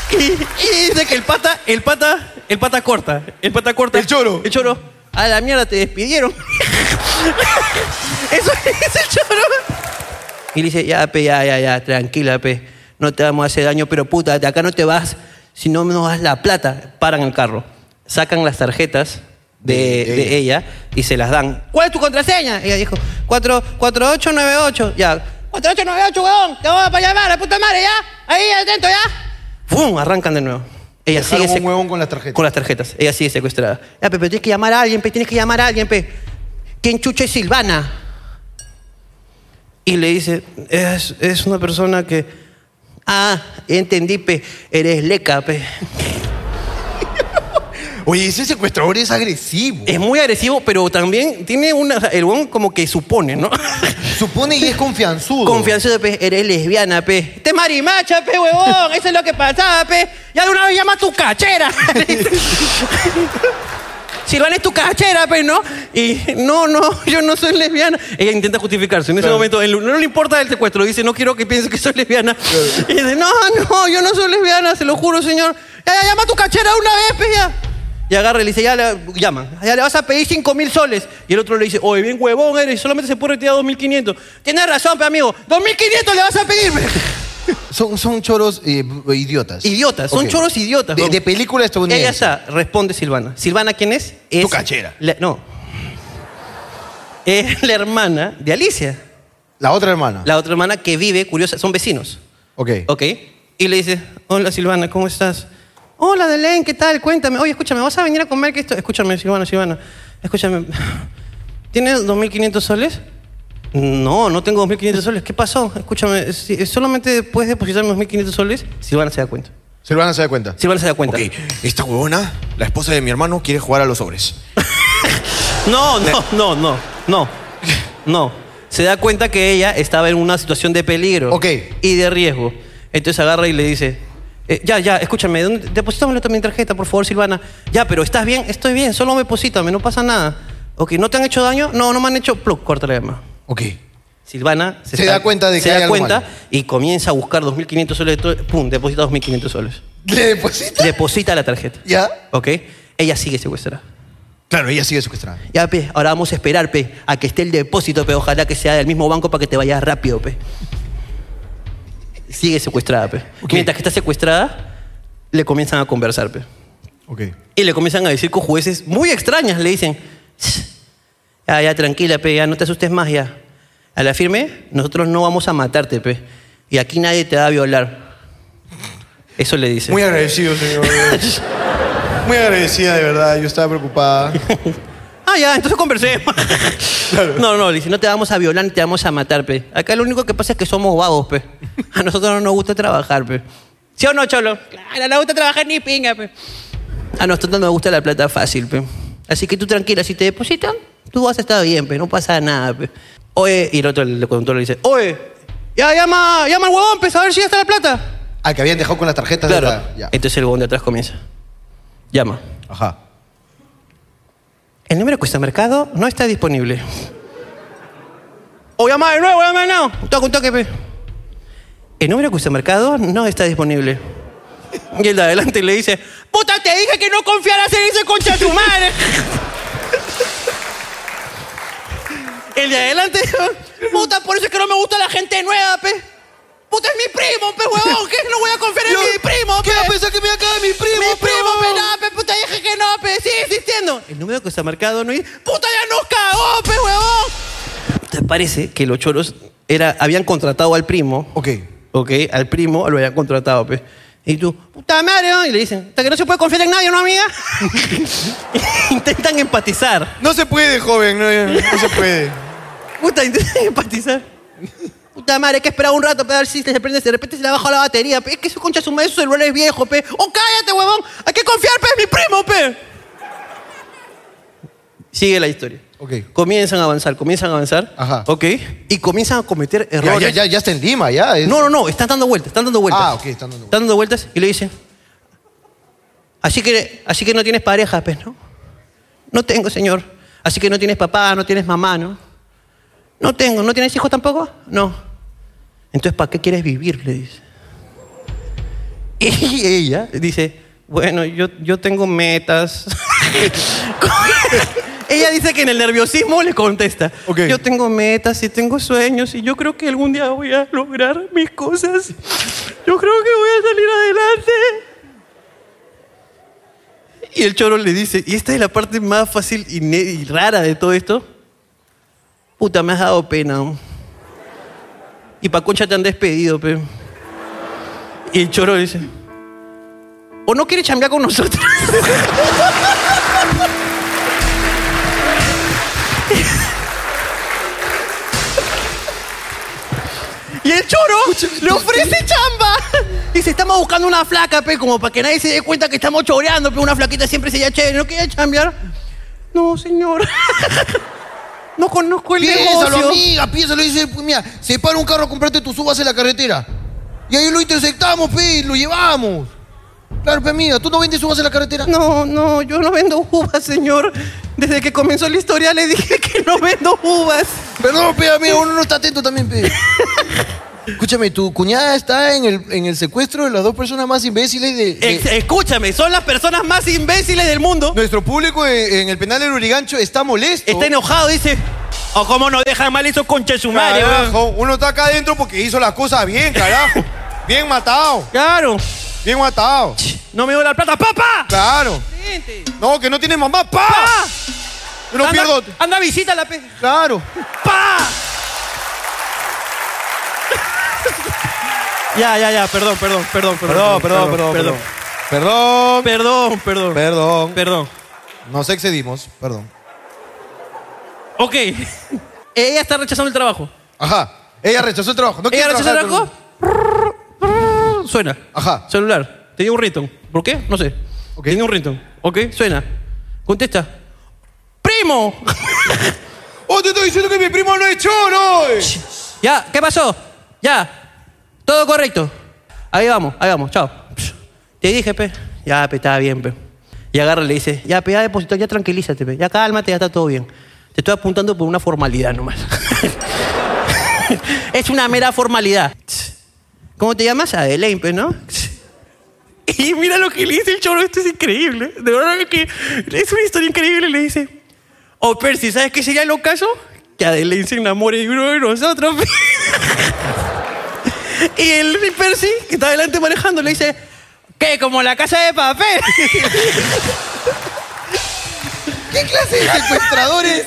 Speaker 1: y, y dice que el pata, el pata, el pata corta. El pata corta.
Speaker 2: El choro.
Speaker 1: El choro. A la mierda te despidieron. Eso es el choro. Y le dice, ya, pe, ya, ya, ya, tranquila, pe. No te vamos a hacer daño, pero puta, de acá no te vas si no nos das la plata. Paran el carro. Sacan las tarjetas de,
Speaker 2: De
Speaker 1: de
Speaker 2: ella.
Speaker 1: ella y se las dan. ¿Cuál es tu contraseña? Ella dijo, 4898. Ya. 4898, weón. Te voy a llamar, la puta madre, ya. Ahí, atento, ya. ¡Fum! Arrancan de nuevo. Ella sigue
Speaker 2: Dejaron
Speaker 1: sec-
Speaker 2: un huevón con las tarjetas.
Speaker 1: con las tarjetas. Ella sigue secuestrada. Ya, pe, pero tienes que llamar a alguien, pe. Tienes que llamar a alguien, pe. ¿Quién chucha es Silvana? y le dice, es, es una persona que, ah, entendí, pe, eres leca, pe.
Speaker 2: Oye, ese secuestrador es agresivo.
Speaker 1: Es muy agresivo, pero también tiene una, o sea, el buen como que supone, ¿no?
Speaker 2: Supone y es confianzudo.
Speaker 1: Confianza de pe, eres lesbiana, pe. Te marimacha, pe, huevón, eso es lo que pasaba, pe. Ya de una vez llama a tu cachera. Silvana es tu cachera, pe, ¿no? Y no, no, yo no soy lesbiana. Ella intenta justificarse. En ese momento él no le importa el secuestro. Dice, no quiero que piense que soy lesbiana. Y dice, no, no, yo no soy lesbiana, se lo juro, señor. Ya, ya, llama a tu cachera una vez, pe, ya. Y agarra y le dice, ya le llaman, ya le vas a pedir 5 mil soles. Y el otro le dice, oye, bien huevón eres, solamente se puede retirar 2.500. Tienes razón, pe, amigo, 2.500 le vas a pedir. pe.
Speaker 2: Son, son choros eh, b- idiotas.
Speaker 1: Idiotas, son
Speaker 2: Ok.
Speaker 1: choros idiotas.
Speaker 2: De,
Speaker 1: weón.
Speaker 2: de película estadounidense.
Speaker 1: Ella está, responde Silvana. ¿Silvana quién es? es
Speaker 2: Tu cachera.
Speaker 1: la- no. Es la hermana de Alicia.
Speaker 2: La otra hermana.
Speaker 1: La otra hermana que vive, curiosa, son vecinos.
Speaker 2: Ok.
Speaker 1: Ok. Y le dice, hola Silvana, ¿cómo estás? Hola Delén, ¿qué tal? Cuéntame. Oye, escúchame, ¿vas a venir a comer que esto? Escúchame, Silvana, Silvana. Escúchame. ¿Tienes 2.500 soles? No, no tengo 2.500 soles. ¿Qué pasó? Escúchame, si- solamente puedes depositarme 2.500 soles. Silvana se da cuenta.
Speaker 2: Silvana se da cuenta.
Speaker 1: Silvana se da cuenta.
Speaker 6: Ok, esta huevona, la esposa de mi hermano, quiere jugar a los sobres.
Speaker 1: No, no, no, no, no, no. Se da cuenta que ella estaba en una situación de peligro
Speaker 2: Ok.
Speaker 1: y de riesgo. Entonces agarra y le dice, eh, ya, ya, escúchame, ¿dónde- depositámelo también tarjeta, por favor, Silvana. Ya, pero ¿estás bien? Estoy bien, solo deposítame, no pasa nada. Ok, ¿no te han hecho daño? No, no me han hecho... Plug, corta la llamada.
Speaker 2: Ok.
Speaker 1: Silvana
Speaker 2: Se da cuenta de
Speaker 1: se
Speaker 2: que hay
Speaker 1: da
Speaker 2: algo
Speaker 1: cuenta
Speaker 2: malo.
Speaker 1: y comienza a buscar 2.500 soles. todo- Pum, deposita 2.500 soles.
Speaker 2: ¿Le deposita?
Speaker 1: Deposita la tarjeta.
Speaker 2: Ya.
Speaker 1: Ok, ella sigue secuestrada.
Speaker 2: Claro, ella sigue secuestrada.
Speaker 1: Ya, pe, ahora vamos a esperar, pe, a que esté el depósito, pe, ojalá que sea del mismo banco para que te vayas rápido, pe. Sigue secuestrada, pe.
Speaker 2: Ok.
Speaker 1: Mientras que está secuestrada, le comienzan a conversar, pe.
Speaker 2: Ok.
Speaker 1: Y le comienzan a decir con jueces muy extrañas, le dicen, Ah, ya, tranquila, pe, ya no te asustes más, ya. A la firme, nosotros no vamos a matarte, pe. Y aquí nadie te va a violar. Eso le dice.
Speaker 6: Muy agradecido, señor. Muy agradecida, de verdad. Yo estaba preocupada.
Speaker 1: Ah, ya, entonces conversemos. No, no, le dice, no te vamos a violar ni te vamos a matar, pe. Acá lo único que pasa es que somos vagos, pe. A nosotros no nos gusta trabajar, pe. ¿Sí o no, Cholo? Claro, no nos gusta trabajar ni pinga, pe. A nosotros nos gusta la plata fácil, pe. Así que tú tranquila, si te depositan, tú vas a estar bien, pe. No pasa nada, pe. Oye, y el otro le contó, le dice, oye, ya llama, llama al huevón, pe, a ver si ya está la plata.
Speaker 2: Ah,
Speaker 6: Al que habían dejado con las tarjetas de
Speaker 1: Claro.
Speaker 6: la- ya.
Speaker 1: Entonces el huevón de atrás comienza. Llama.
Speaker 2: Ajá.
Speaker 1: El número de cuesta mercado no está disponible. O llama de nuevo, llama de nuevo. Un toque, un toque, pe. El número de cuesta mercado no está disponible. Y el de adelante le dice, puta, te dije que no confiaras en ese concha de tu madre. el de adelante, puta, por eso es que no me gusta la gente nueva, pe. Puta, es mi primo, pe, huevón, que no voy a confiar en mi primo, pe. ¿Qué pensar que me acaba mi primo, Mi primo, pe, no, pe, puta, dije que no, pe, sigue existiendo. El número que está marcado no es, puta, ya nos cagó, pe, huevón. ¿Te parece que los choros era, habían contratado al primo?
Speaker 2: Ok.
Speaker 1: ¿ok? Al primo lo habían contratado, pues. Y tú, puta madre, ¿no? Y le dicen, hasta que no se puede confiar en nadie, ¿no, amiga? intentan empatizar.
Speaker 6: No se puede, joven. No, no se puede.
Speaker 1: Puta, intentan empatizar. Puta madre, hay que esperar un rato para ver si se le prende, de repente se le ha bajado la batería. pe. Es que su concha su madre, su celular es viejo, pe. ¡Oh, cállate, huevón! ¡Hay que confiar, pe! ¡Es mi primo, pe! Sigue la historia.
Speaker 6: Ok.
Speaker 1: Comienzan a avanzar, comienzan a avanzar.
Speaker 6: Ajá.
Speaker 1: ¿Ok? Y comienzan a cometer
Speaker 6: Ya,
Speaker 1: errores.
Speaker 6: ya, ya, ya está en Lima, ya. es-
Speaker 1: No, no, no, están dando vueltas, están dando vueltas.
Speaker 6: Ah, ok, están dando vueltas.
Speaker 1: Están dando vueltas y le dicen, así que, así que no tienes pareja, pues, ¿no? No tengo, señor. Así que no tienes papá, no tienes mamá, ¿no? No tengo, ¿no tienes hijos tampoco? No. Entonces, ¿para qué quieres vivir? Le dice. Y ella dice, bueno, yo, yo tengo metas. ella dice que en el nerviosismo le contesta,
Speaker 6: Ok.
Speaker 1: yo tengo metas y tengo sueños y yo creo que algún día voy a lograr mis cosas. Yo creo que voy a salir adelante. Y el choro le dice, y esta es la parte más fácil y, ne- y rara de todo esto. Puta, me has dado pena. Y pa' concha te han despedido, pe. Y el choro dice, ¿o no quiere chambear con nosotros? Y el choro le ofrece chamba. Dice, estamos buscando una flaca, pe, como para que nadie se dé cuenta que estamos choreando, pe, una flaquita siempre sería chévere, ¿no quería chambear? No, señor. No conozco el
Speaker 6: Piénsalo,
Speaker 1: negocio.
Speaker 6: amiga, piénsalo. Dice, pues mira, se para un carro, comprate tus uvas en la carretera. Y ahí lo interceptamos, pe, y lo llevamos. Claro, pe, amiga, ¿tú no vendes uvas en la carretera?
Speaker 1: No, no, yo no vendo uvas, señor. Desde que comenzó la historia le dije que no vendo uvas.
Speaker 6: Perdón, pe, amigo, uno no está atento también, pe. Escúchame, tu cuñada está en el, en el secuestro de las dos personas más imbéciles de... de-
Speaker 1: Ex- Eh, escúchame, son las personas más imbéciles del mundo.
Speaker 6: Nuestro público en, en el penal del Urigancho está molesto.
Speaker 1: Está enojado, dice. O cómo nos dejan mal esos conches su madre, weón?"
Speaker 2: Carajo, uno está acá adentro porque hizo las cosas bien, carajo. Bien matado,
Speaker 1: Claro.
Speaker 2: bien matado.
Speaker 1: No me dio la plata, papá.
Speaker 2: Claro. No, que no tiene mamá,
Speaker 1: ¡Pa!
Speaker 2: pa. Yo no
Speaker 1: anda,
Speaker 2: pierdo.
Speaker 1: Anda, visita la pe.
Speaker 2: Claro.
Speaker 1: ¡Pa! ya, ya, ya, perdón, perdón, perdón,
Speaker 2: Perdón, perdón, perdón, perdón. Perdón.
Speaker 1: Perdón, perdón. Perdón.
Speaker 2: Perdón.
Speaker 1: perdón.
Speaker 2: Nos excedimos, perdón.
Speaker 1: Ok. Ella está rechazando el trabajo.
Speaker 2: Ajá. Ella rechazó el trabajo. No
Speaker 1: ¿Ella
Speaker 2: quiere
Speaker 1: rechazó el
Speaker 2: trabajar
Speaker 1: trabajo? Suena.
Speaker 2: Ajá.
Speaker 1: Celular. Tenía un ritmo. ¿Por qué? No sé.
Speaker 2: Ok.
Speaker 1: Tenía un ritmo. Ok, suena. Contesta. ¡Primo!
Speaker 2: con- ¡Oh, te estoy diciendo que mi primo no es choro! eh!
Speaker 1: Ya, ¿qué pasó? Ya. Todo correcto. Ahí vamos, ahí vamos, chao. Psh. Te dije, pe. Ya, pe, estaba bien, pe. Y agarra y le dice, ya, pe, ya depositó, ya tranquilízate, pe. Ya cálmate, ya está todo bien. Te estoy apuntando por una formalidad nomás. es una mera formalidad. Tss. ¿Cómo te llamas? Adelaine, pe, ¿no? Tss. Y mira lo que le dice el choro, esto es increíble. De verdad que es una historia increíble. Le dice, oh Percy, ¿sabes qué sería lo caso? Que Adelaine se enamore de uno de nosotros. y el Percy, que está adelante manejando, le dice, ¿qué? Como la casa de papel.
Speaker 6: ¿Qué clase de secuestradores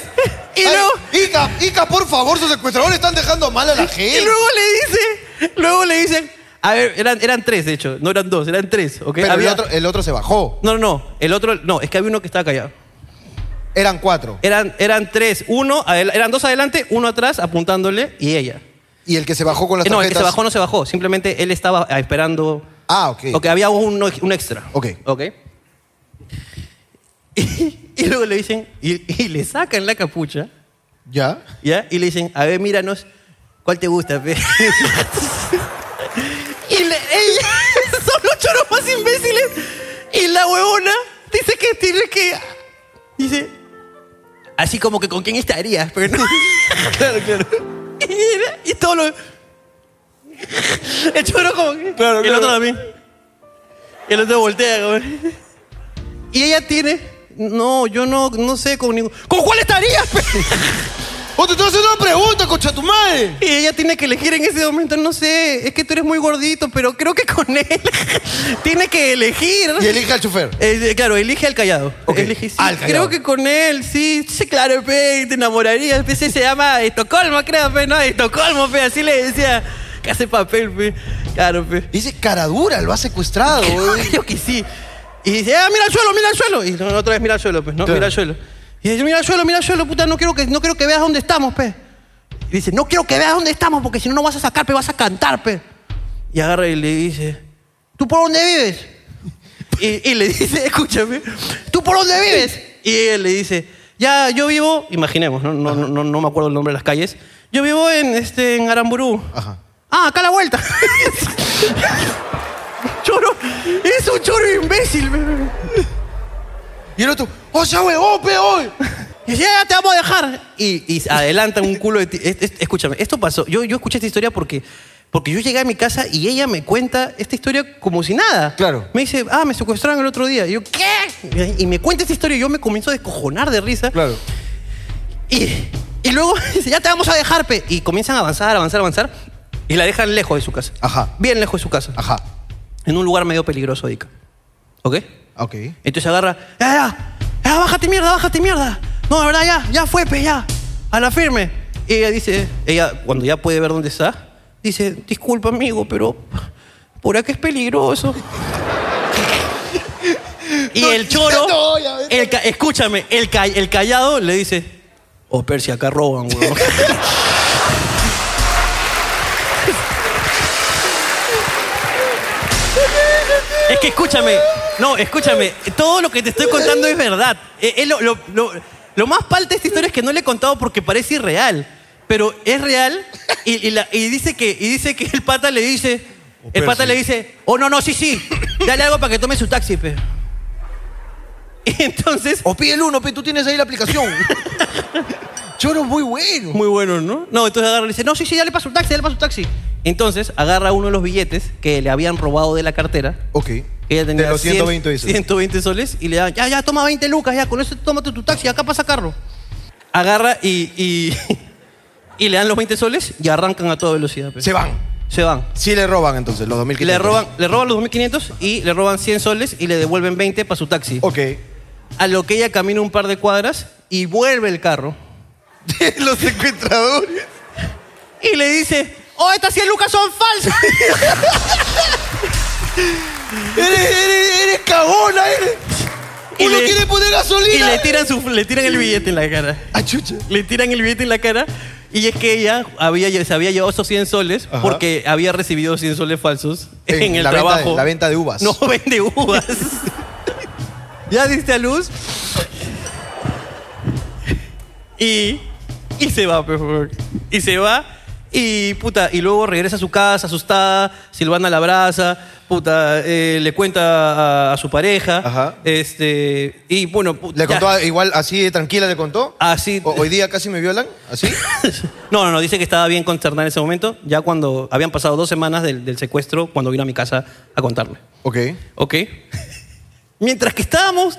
Speaker 1: Y
Speaker 2: Ay,
Speaker 1: luego,
Speaker 2: Ica, Ica, por favor, sus secuestradores están dejando mal a la gente.
Speaker 1: y luego le dice, luego le dicen, a ver, eran, eran tres de hecho, no eran dos, eran tres, ¿ok?
Speaker 2: Pero
Speaker 1: Había-
Speaker 2: el, otro, el otro se bajó.
Speaker 1: No, no, no, el otro, no, es que había uno que estaba callado.
Speaker 2: Eran cuatro.
Speaker 1: Eran, eran tres, uno, adel- eran dos adelante, uno atrás apuntándole y ella.
Speaker 2: Y el que se bajó con las
Speaker 1: Eh, No, el que se
Speaker 2: tarjetas.
Speaker 1: bajó no se bajó, simplemente él estaba ah, esperando.
Speaker 2: Ah, ok.
Speaker 1: Ok, había un, un extra.
Speaker 2: Ok.
Speaker 1: Ok. Y, y luego le dicen, y, y le sacan la capucha,
Speaker 2: ¿Ya?
Speaker 1: ¿ya? Y le dicen, a ver, míranos, ¿cuál te gusta, pe? y le- ella, son los choros más imbéciles. Y la huevona dice que tiene que. Dice, así como que con quién estarías, pero no. claro, claro. Y, era- y todo lo. El choro como que.
Speaker 2: Claro,
Speaker 1: y el
Speaker 2: claro.
Speaker 1: otro también. Y el otro voltea, como. Y ella tiene. No, yo no, no sé con ningún. ¿Con cuál estarías, pe?
Speaker 2: ¡Oh, te estoy haciendo una pregunta, concha tu madre!
Speaker 1: Y ella tiene que elegir en ese momento, no sé, es que tú eres muy gordito, pero creo que con él tiene que elegir.
Speaker 2: Y elige al chofer.
Speaker 1: Eh, claro, elige al callado.
Speaker 2: Ok,
Speaker 1: Elige, sí,
Speaker 2: al callado.
Speaker 1: Creo que con él, sí, sí, claro, pe, te enamorarías. Pe, ese se llama Estocolmo, creo, pe, no, Estocolmo, pe, así le decía, que hace papel, pe, claro, pe.
Speaker 2: Dice, cara dura, lo ha secuestrado. güey.
Speaker 1: Creo que sí. Y dice, ah, mira al suelo, mira al suelo. Y no, otra vez mira al suelo, pues, no,
Speaker 2: Claro.
Speaker 1: mira al suelo. Y dice, mira al suelo, mira al suelo, puta, no quiero que, no quiero que veas dónde estamos, pe. Y dice, no quiero que veas dónde estamos, porque si no, no vas a sacar, pe, vas a cantar, pe. Y agarra y le dice, ¿tú por dónde vives? Y, y le dice, escúchame, ¿tú por dónde vives? Y él le dice, ya, yo vivo, imaginemos, no, no, no, no, no me acuerdo el nombre de las calles, yo vivo en, este, en Aramburú.
Speaker 2: Ajá.
Speaker 1: Ah, acá a la vuelta. choro, es un choro imbécil. bebé.
Speaker 2: Y el otro, ¡oh, ya, huevón, pe, oh". hoy!
Speaker 1: Y dice, ya, te vamos a dejar. Y, y adelantan un culo de ti. Es- es- escúchame, esto pasó. Yo, yo escuché esta historia porque, porque yo llegué a mi casa y ella me cuenta esta historia como si nada.
Speaker 2: Claro.
Speaker 1: Me dice, ah, me secuestraron el otro día. Y yo, ¿qué? Y me cuenta esta historia y yo me comienzo a descojonar de risa.
Speaker 2: Claro.
Speaker 1: Y, y luego dice, ya te vamos a dejar, pe. Y comienzan a avanzar, avanzar, avanzar. Y la dejan lejos de su casa.
Speaker 2: Ajá.
Speaker 1: Bien lejos de su casa.
Speaker 2: Ajá.
Speaker 1: En un lugar medio peligroso, Ica. ¿Ok?
Speaker 2: Ok.
Speaker 1: Entonces agarra, ya, ya, ya, bájate mierda, bájate mierda. No, de verdad, ya, ya fue, pe, ya. A la firme. Y ella dice, ella, cuando ya puede ver dónde está, dice, disculpa, amigo, pero por acá es peligroso. y el choro,
Speaker 2: no, ya ves.
Speaker 1: el ca- escúchame, el, ca- el callado le dice, oh, Percy, acá roban, weón. Es que escúchame, no, escúchame, todo lo que te estoy contando es verdad. Eh, eh, lo, lo- lo- lo más palta de esta historia es que no le he contado porque parece irreal, pero es real y, y la- y dice, que, y dice que el pata le dice, el pata le dice, oh no, no, sí, sí, dale algo para que tome su taxi, pe. Y entonces,
Speaker 2: O pide el uno, pe, tú tienes ahí la aplicación. Choro muy bueno.
Speaker 1: muy bueno, ¿no? No, entonces agarra y le dice, no, sí, sí, dale para su taxi, dale para su taxi. Entonces agarra uno de los billetes que le habían robado de la cartera.
Speaker 2: Ok.
Speaker 1: Que ella tenía
Speaker 2: de los
Speaker 1: 100,
Speaker 2: 120 dice.
Speaker 1: 120 soles y le dan, ya, ya, toma 20 lucas, ya, con eso tómate tu taxi, acá para sacarlo. Agarra y, y, y le dan los 20 soles y arrancan a toda velocidad. pe.
Speaker 2: Se van.
Speaker 1: Se van.
Speaker 2: Sí le roban entonces los 2.500.
Speaker 1: Le roban, le roban los 2.500 y le roban 100 soles y le devuelven 20 para su taxi.
Speaker 2: Ok.
Speaker 1: A lo que ella camina un par de cuadras y vuelve el carro.
Speaker 2: los secuestradores.
Speaker 1: Y le dice, oh, estas 100 lucas son falsas.
Speaker 2: Eres, eres, eres cagona, eres.
Speaker 1: Y
Speaker 2: Uno
Speaker 1: le-
Speaker 2: quiere poner
Speaker 1: y
Speaker 2: gasolina.
Speaker 1: le tiran, su, le tiran el billete en la cara.
Speaker 2: Ah, chucha.
Speaker 1: le tiran el billete en la cara y es que ella había, se había llevado esos 100 soles
Speaker 2: Ajá.
Speaker 1: porque había recibido 100 soles falsos en,
Speaker 2: En
Speaker 1: el
Speaker 2: la venta de-
Speaker 1: trabajo.
Speaker 2: la venta de uvas.
Speaker 1: No vende uvas. ya diste a luz. Y, y se va, por favor. Y se va. Y puta, y luego regresa a su casa asustada, Silvana la abraza, puta, eh, le cuenta a, a su pareja.
Speaker 2: Ajá.
Speaker 1: Este, y bueno, pu-
Speaker 2: ¿Le
Speaker 1: ya. Ah.
Speaker 2: contó a- igual así de tranquila? ¿Le contó?
Speaker 1: Así-
Speaker 2: O- hoy día casi me violan. ¿Así?
Speaker 1: No, no, no, dice que estaba bien consternada en ese momento, ya cuando habían pasado dos semanas del, del secuestro, cuando vino a mi casa a contarme.
Speaker 2: Ok.
Speaker 1: ¿Ok? Mientras que estábamos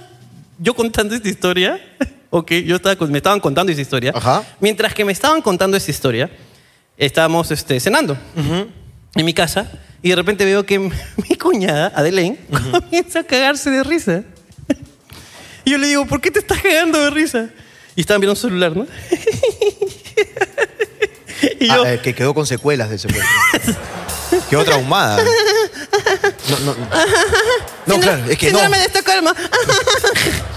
Speaker 1: yo contando esta historia, ¿ok? Yo estaba, con- me estaban contando esta historia.
Speaker 2: Ajá.
Speaker 1: Mientras que me estaban contando esta historia, estábamos este, cenando en mi casa y de repente veo que mi cuñada, Adelaine, comienza a cagarse de risa. Y yo le digo, ¿por qué te estás cagando de risa? Y estaban viendo un celular, ¿no? y yo,
Speaker 2: Ah, eh, que quedó con secuelas del secuestro. quedó traumada. No, no, no. No, claro, es que no.
Speaker 1: Síndrome de Estocolmo.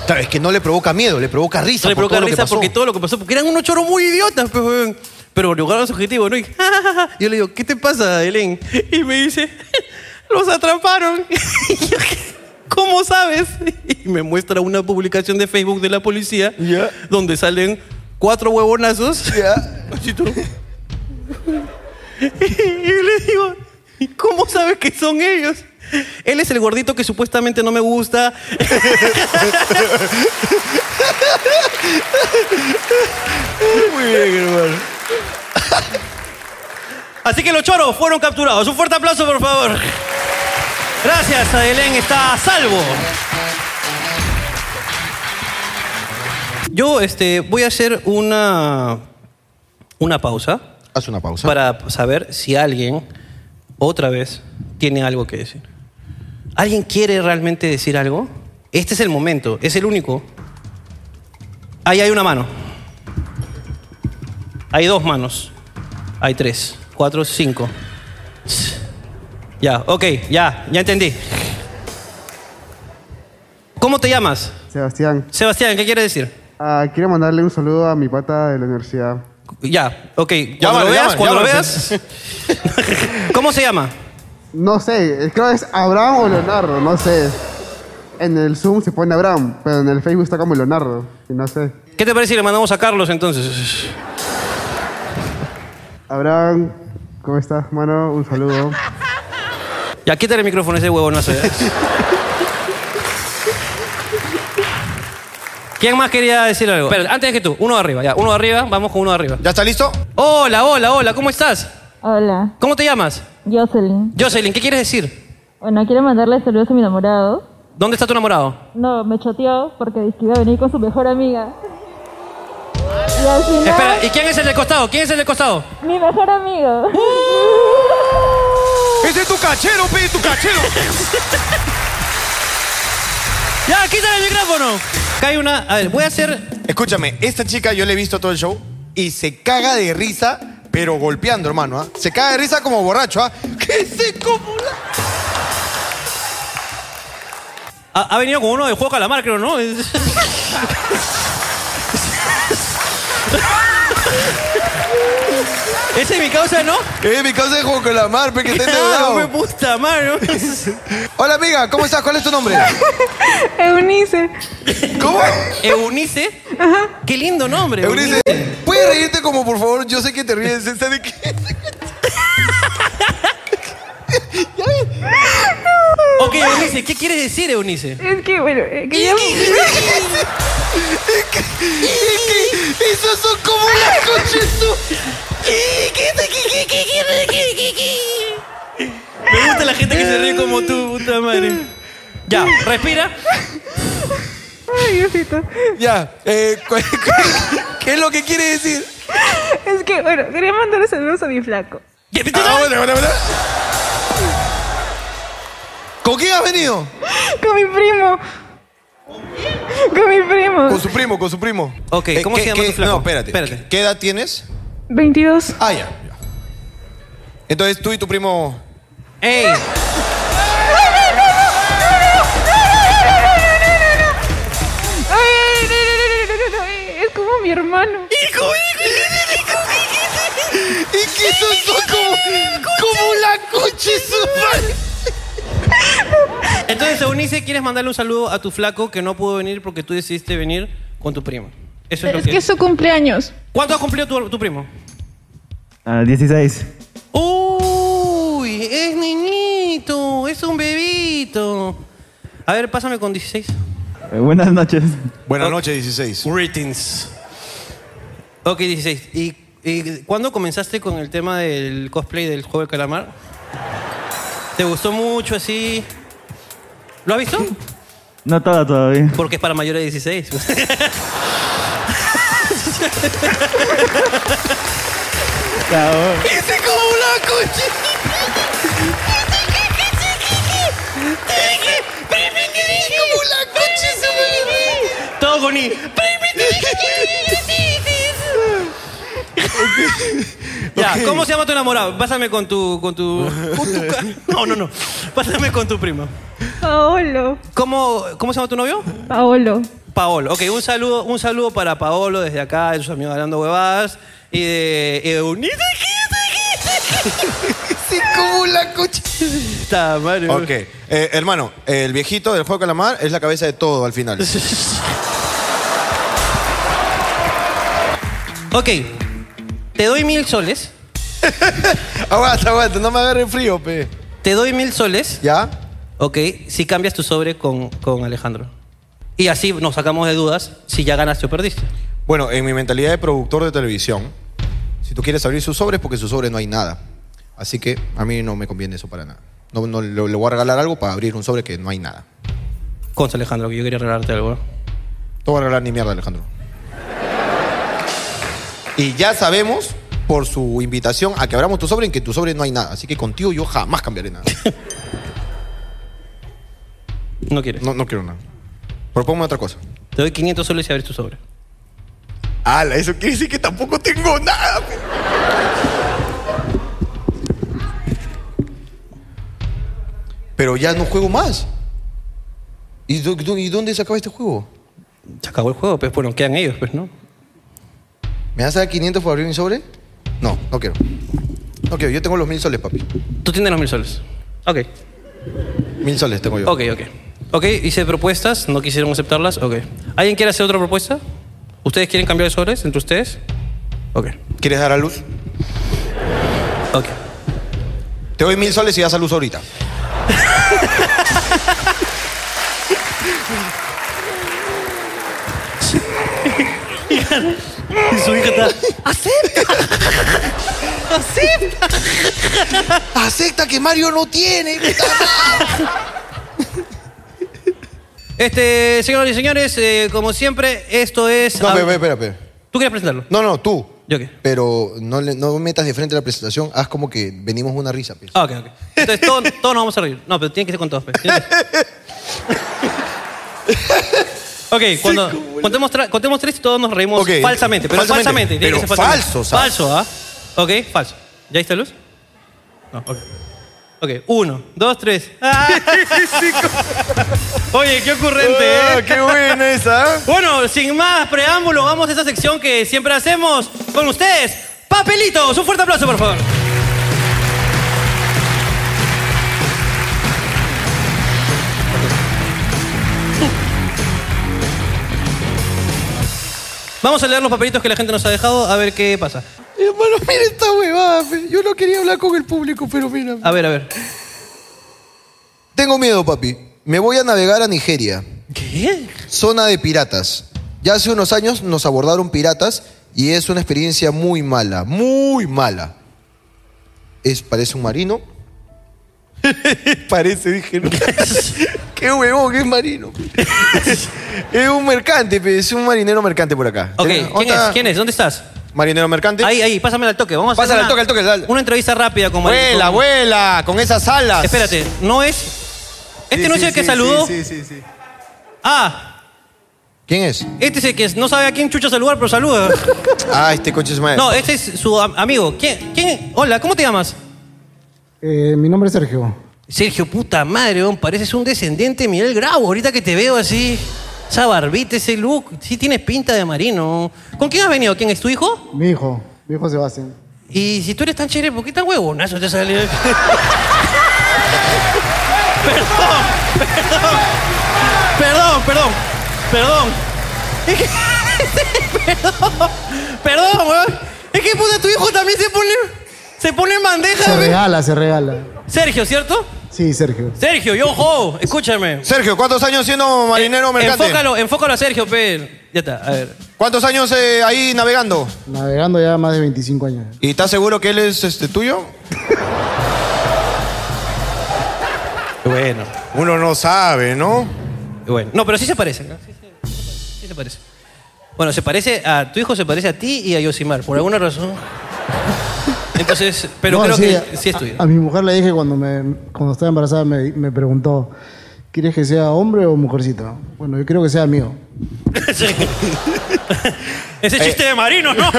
Speaker 2: Claro, es que no le provoca miedo, le provoca risa.
Speaker 1: Le
Speaker 2: por
Speaker 1: provoca
Speaker 2: todo lo que
Speaker 1: risa
Speaker 2: pasó.
Speaker 1: porque todo lo que pasó, porque eran unos choros muy idiotas, pues, weón. pero lograron su objetivo, ¿no? Y yo le digo, ¿qué te pasa, Helen? Y me dice, los atraparon. Y yo, ¿Cómo sabes? Y me muestra una publicación de Facebook de la policía
Speaker 6: Ya.
Speaker 1: donde salen cuatro huevonazos.
Speaker 6: Ya.
Speaker 1: Así todo. Y yo le digo, "¿Y ¿cómo sabes que son ellos? Él es el gordito que supuestamente no me gusta.
Speaker 6: Muy bien, hermano.
Speaker 1: Así que los choros fueron capturados. Un fuerte aplauso, por favor. Gracias, Adelén está a salvo. Yo este, voy a hacer una, una pausa
Speaker 2: Haz una pausa.
Speaker 1: para saber si alguien otra vez tiene algo que decir. ¿Alguien quiere realmente decir algo? Este es el momento, es el único. Ahí hay una mano. Hay dos manos. Hay tres, cuatro, cinco. Ya, ok, ya, ya entendí. ¿Cómo te llamas?
Speaker 7: Sebastián,
Speaker 1: Sebastián, ¿qué quieres decir?
Speaker 7: ah, quiero mandarle un saludo a mi pata de la universidad.
Speaker 1: Ya, ok. Cuando
Speaker 2: Llámalo,
Speaker 1: lo veas,
Speaker 2: llámalo,
Speaker 1: cuando lo
Speaker 2: llámalo,
Speaker 1: veas. ¿Cómo se llama?
Speaker 7: No sé, creo que es Abraham o Leonardo, no sé. En el Zoom se pone Abraham, pero en el Facebook está como Leonardo, y no sé.
Speaker 1: ¿Qué te parece si le mandamos a Carlos entonces?
Speaker 7: Abraham, ¿cómo estás, mano? Un saludo.
Speaker 1: Ya, quítale el micrófono a ese huevo, no sé. ¿Quién más quería decir algo? Pero antes que tú, uno arriba, ya, uno arriba, vamos con uno arriba.
Speaker 2: ¿Ya está listo?
Speaker 1: Hola, hola, hola, ¿cómo estás?
Speaker 8: Hola,
Speaker 1: ¿Cómo te llamas?
Speaker 8: Jocelyn.
Speaker 1: Jocelyn, ¿qué quieres decir?
Speaker 8: Bueno, quiero mandarle saludos a mi enamorado.
Speaker 1: ¿Dónde está tu enamorado?
Speaker 8: No, me choteó porque dice que iba a venir con su mejor amiga. Y al final,
Speaker 1: Espera, ¿y quién es el del costado? ¿Quién es el del costado?
Speaker 8: mi mejor amigo.
Speaker 2: ¡Ese es tu cachero, pe! ¡Tu cachero!
Speaker 1: ¡Ya, quítale el micrófono! Acá hay una. A ver, voy a hacer.
Speaker 2: Escúchame, esta chica yo le he visto todo el show y se caga de risa, pero golpeando, hermano. ¿ah? Se caga de risa como borracho, ¿ah? ¡Que se como la-
Speaker 1: Ha, ha venido con uno de juego calamar, creo, ¿no? Es- Ese es mi causa, ¿no?
Speaker 2: Eh, mi causa de juego con la mar, pe, que está endeudado.
Speaker 1: me puta mano.
Speaker 2: Hola, amiga, ¿cómo estás? ¿Cuál es tu nombre?
Speaker 9: Eunice.
Speaker 2: ¿Cómo?
Speaker 1: Eunice. Qué lindo nombre.
Speaker 2: Eunice, ¿puedes reírte como, por favor? Yo sé que te ríes. ¿Sabes de qué?
Speaker 1: Ok, Eunice, ¿qué quieres decir, Eunice?
Speaker 9: Es que, bueno, eh, quería-
Speaker 2: Esos son como las coches, tú.
Speaker 1: Me gusta la gente que se ríe como tú, puta madre. Ya, respira.
Speaker 9: Ay, Diosito.
Speaker 2: Ya, eh, cu- cu- ¿qué es lo que quiere decir?
Speaker 9: Es que, bueno, quería mandarle saludos a mi flaco.
Speaker 1: Ya, ¿tú
Speaker 2: Ah,
Speaker 1: sabes?
Speaker 2: bueno, bueno, bueno. ¿Con quién has venido?
Speaker 9: Con mi primo. Con mi primo.
Speaker 2: Con su primo, con su primo. Eh,
Speaker 1: Ok, ¿cómo
Speaker 2: ¿qué-
Speaker 1: se llama
Speaker 2: qué-
Speaker 1: tu flaco?
Speaker 2: No, espérate.
Speaker 1: Espérate.
Speaker 2: ¿Qué edad tienes?
Speaker 9: 22.
Speaker 2: Ah, ya. ya. Entonces tú y tu primo.
Speaker 1: ¡Ey!
Speaker 9: Ay, no, no, no, no, no, no, no, ay, Es como mi hermano.
Speaker 2: Es que esos son como, como la coche
Speaker 1: Entonces, Eunice, quieres mandarle un saludo a tu flaco que no pudo venir porque tú decidiste venir con tu primo. Eso es lo
Speaker 9: Es
Speaker 1: que.
Speaker 9: que es su cumpleaños.
Speaker 1: ¿Cuánto ha cumplido tu, tu primo?
Speaker 10: 16.
Speaker 1: Uy, es niñito, es un bebito. A ver, pásame con 16.
Speaker 10: Eh, buenas noches.
Speaker 2: Buenas noches, 16.
Speaker 1: Greetings. Ok, 16. ¿Y, y cuándo comenzaste con el tema del cosplay del juego del calamar? ¿Te gustó mucho así? ¿Lo has visto?
Speaker 10: No todo todavía.
Speaker 1: Porque es para mayores de 16.
Speaker 2: Ese como la coche. Como la coche
Speaker 1: Todo Agony. Ya, ¿cómo se llama tu enamorado? Pásame con tu. Con tu, con tu ca- no, no, no. Pásame con tu primo.
Speaker 8: Paolo.
Speaker 1: ¿Cómo, ¿Cómo se llama tu novio?
Speaker 8: Paolo.
Speaker 1: Paolo. Ok, un saludo, un saludo para Paolo desde acá, de sus amigos hablando huevadas. Y de. Y de Unido.
Speaker 6: Sí, como la coche.
Speaker 1: Está, madre.
Speaker 2: Ok. Eh, hermano, el viejito del juego de calamar es la cabeza de todo al final.
Speaker 1: Ok. Te doy mil soles.
Speaker 2: aguanta, aguanta, no me agarre frío, pe.
Speaker 1: Te doy mil soles.
Speaker 2: ¿Ya?
Speaker 1: Ok, si cambias tu sobre con, con Alejandro. Y así nos sacamos de dudas si ya ganaste o perdiste.
Speaker 2: Bueno, en mi mentalidad de productor de televisión, si tú quieres abrir sus sobres, porque en sus sobres no hay nada. Así que a mí no me conviene eso para nada. No, no le, le voy a regalar algo para abrir un sobre que no hay nada.
Speaker 1: Concha, Alejandro, que yo quería regalarte algo.
Speaker 2: No voy a regalar ni mierda, Alejandro. Y ya sabemos por su invitación a que abramos tu sobre en que en tu sobre no hay nada. Así que contigo yo jamás cambiaré nada.
Speaker 1: No quieres.
Speaker 2: No, no quiero nada. Propongo otra cosa.
Speaker 1: Te doy 500 soles y abres tu sobre.
Speaker 6: Ala, eso quiere decir que tampoco tengo nada. pe.
Speaker 2: Pero ya no juego más. ¿Y, dó- dó- y dónde se acaba este juego?
Speaker 1: Se acabó el juego, pues bueno, quedan ellos, pues, ¿no?
Speaker 2: ¿Me vas a dar 500 por abrir mi sobre? No, no quiero. No quiero, yo tengo los mil soles, papi.
Speaker 1: Tú tienes los mil soles. Ok.
Speaker 2: Mil soles tengo yo.
Speaker 1: Ok, ok. Ok, hice propuestas, no quisieron aceptarlas. Ok. ¿Alguien quiere hacer otra propuesta? ¿Ustedes quieren cambiar de sobres entre ustedes? Ok.
Speaker 2: ¿Quieres dar a luz?
Speaker 1: Ok.
Speaker 2: Te doy mil soles y das a luz ahorita.
Speaker 1: Y su hija está. ¡Acepta! ¡Acepta!
Speaker 2: Acepta que Mario no tiene.
Speaker 1: Este, señores y señores, eh, como siempre, esto es.
Speaker 2: No,
Speaker 1: Ah,
Speaker 2: espera, espera, espera.
Speaker 1: ¿Tú quieres presentarlo?
Speaker 2: No, no, tú.
Speaker 1: ¿Yo qué?
Speaker 2: Pero no, le- no metas de frente la presentación, haz como que venimos una risa. pues.
Speaker 1: Ah, ok, ok. Entonces todo- todos, nos vamos a reír. No, pero tiene que ser con todos. pues. Tiene que- ok, cuando contemos, tra- contemos tres y todos nos reímos
Speaker 2: Ok.
Speaker 1: falsamente. Pero falsamente.
Speaker 2: Falsamente,
Speaker 1: tiene que
Speaker 2: pero
Speaker 1: ser falsamente.
Speaker 2: falso, ¿sabes?
Speaker 1: Falso, ¿ah? Ok, falso. ¿Ya está luz? No, ok. Ok, uno, dos, tres. Ah. Oye, qué ocurrente, ¿eh?
Speaker 6: ¡Qué buena esa!
Speaker 1: Bueno, sin más preámbulo, vamos a esa sección que siempre hacemos con ustedes. Papelitos, un fuerte aplauso, por favor. Vamos a leer los papelitos que la gente nos ha dejado, a ver qué pasa.
Speaker 6: Hermano, Eh, mira esta huevada. pe. Yo no quería hablar con el público, pero mira.
Speaker 1: A ver, a ver.
Speaker 2: Tengo miedo, papi. Me voy a navegar a Nigeria,
Speaker 1: ¿Qué?
Speaker 2: zona de piratas. Ya hace unos años nos abordaron piratas y es una experiencia muy mala, muy mala. Es, parece un marino.
Speaker 6: Parece, dije. ¿no? ¡Qué huevón, es marino!
Speaker 2: Es un mercante, pe, es un marinero mercante por acá.
Speaker 1: Ok,
Speaker 2: Ten-
Speaker 1: ¿quién
Speaker 2: onda-
Speaker 1: es? ¿Quién es? ¿Dónde estás?
Speaker 2: Marinero mercante.
Speaker 1: Ahí, ahí, pásamela al toque. Vamos a hacer
Speaker 2: Pásala al
Speaker 1: una-
Speaker 2: toque, al toque, dale.
Speaker 1: Una entrevista rápida con Mari-
Speaker 2: Vuela,
Speaker 1: con-
Speaker 2: vuela, con esas alas.
Speaker 1: Espérate, ¿no es? ¿Este no es el que saludó?
Speaker 4: Sí, sí, sí.
Speaker 1: Ah,
Speaker 2: ¿Quién es?
Speaker 1: este es el que no sabe a quién chucha saludar, pero saluda.
Speaker 2: Ah, este coche es madre.
Speaker 1: No, este es su am- amigo. ¿Quién, quién? Hola, ¿cómo te llamas?
Speaker 11: Eh, mi nombre es Sergio.
Speaker 1: Sergio, puta madre, weón, pareces un descendiente de Miguel Grau. Ahorita que te veo así, esa barbita, ese look, sí tienes pinta de marino. ¿Con quién has venido? ¿Quién es tu hijo?
Speaker 11: Mi hijo, mi hijo Sebastián.
Speaker 1: Y si tú eres tan chévere, ¿por qué tan huevonazo te sale? perdón, perdón, perdón, perdón, perdón, perdón, weón. Es que puta, tu hijo también se pone, se pone en bandeja.
Speaker 11: Se
Speaker 1: weón.
Speaker 11: regala, se regala.
Speaker 1: Sergio, ¿cierto?
Speaker 11: Sí, Sergio.
Speaker 1: Sergio, yo, ho, escúchame.
Speaker 2: Sergio, ¿cuántos años siendo marinero mercante?
Speaker 1: Eh, Enfócalo, enfócalo a Sergio, pe. Ya está, a ver.
Speaker 2: ¿Cuántos años eh, ahí navegando?
Speaker 11: Navegando ya más de 25 años.
Speaker 2: ¿Y estás seguro que él es este tuyo?
Speaker 1: Bueno.
Speaker 2: Uno no sabe, ¿no?
Speaker 1: Bueno, no, pero sí se parecen. ¿no? Sí, se- sí se parece. Bueno, se parece a tu hijo se parece a ti y a Yosimar, por alguna razón. Entonces, pero
Speaker 11: No,
Speaker 1: creo
Speaker 11: sí,
Speaker 1: que
Speaker 11: a-
Speaker 1: sí es tuyo.
Speaker 11: A, a mi mujer le dije cuando, me, cuando estaba embarazada, me, me preguntó, ¿Quieres que sea hombre o mujercita? Bueno, yo creo que sea mío.
Speaker 1: Ese
Speaker 11: Eh.
Speaker 1: chiste de marino, ¿no?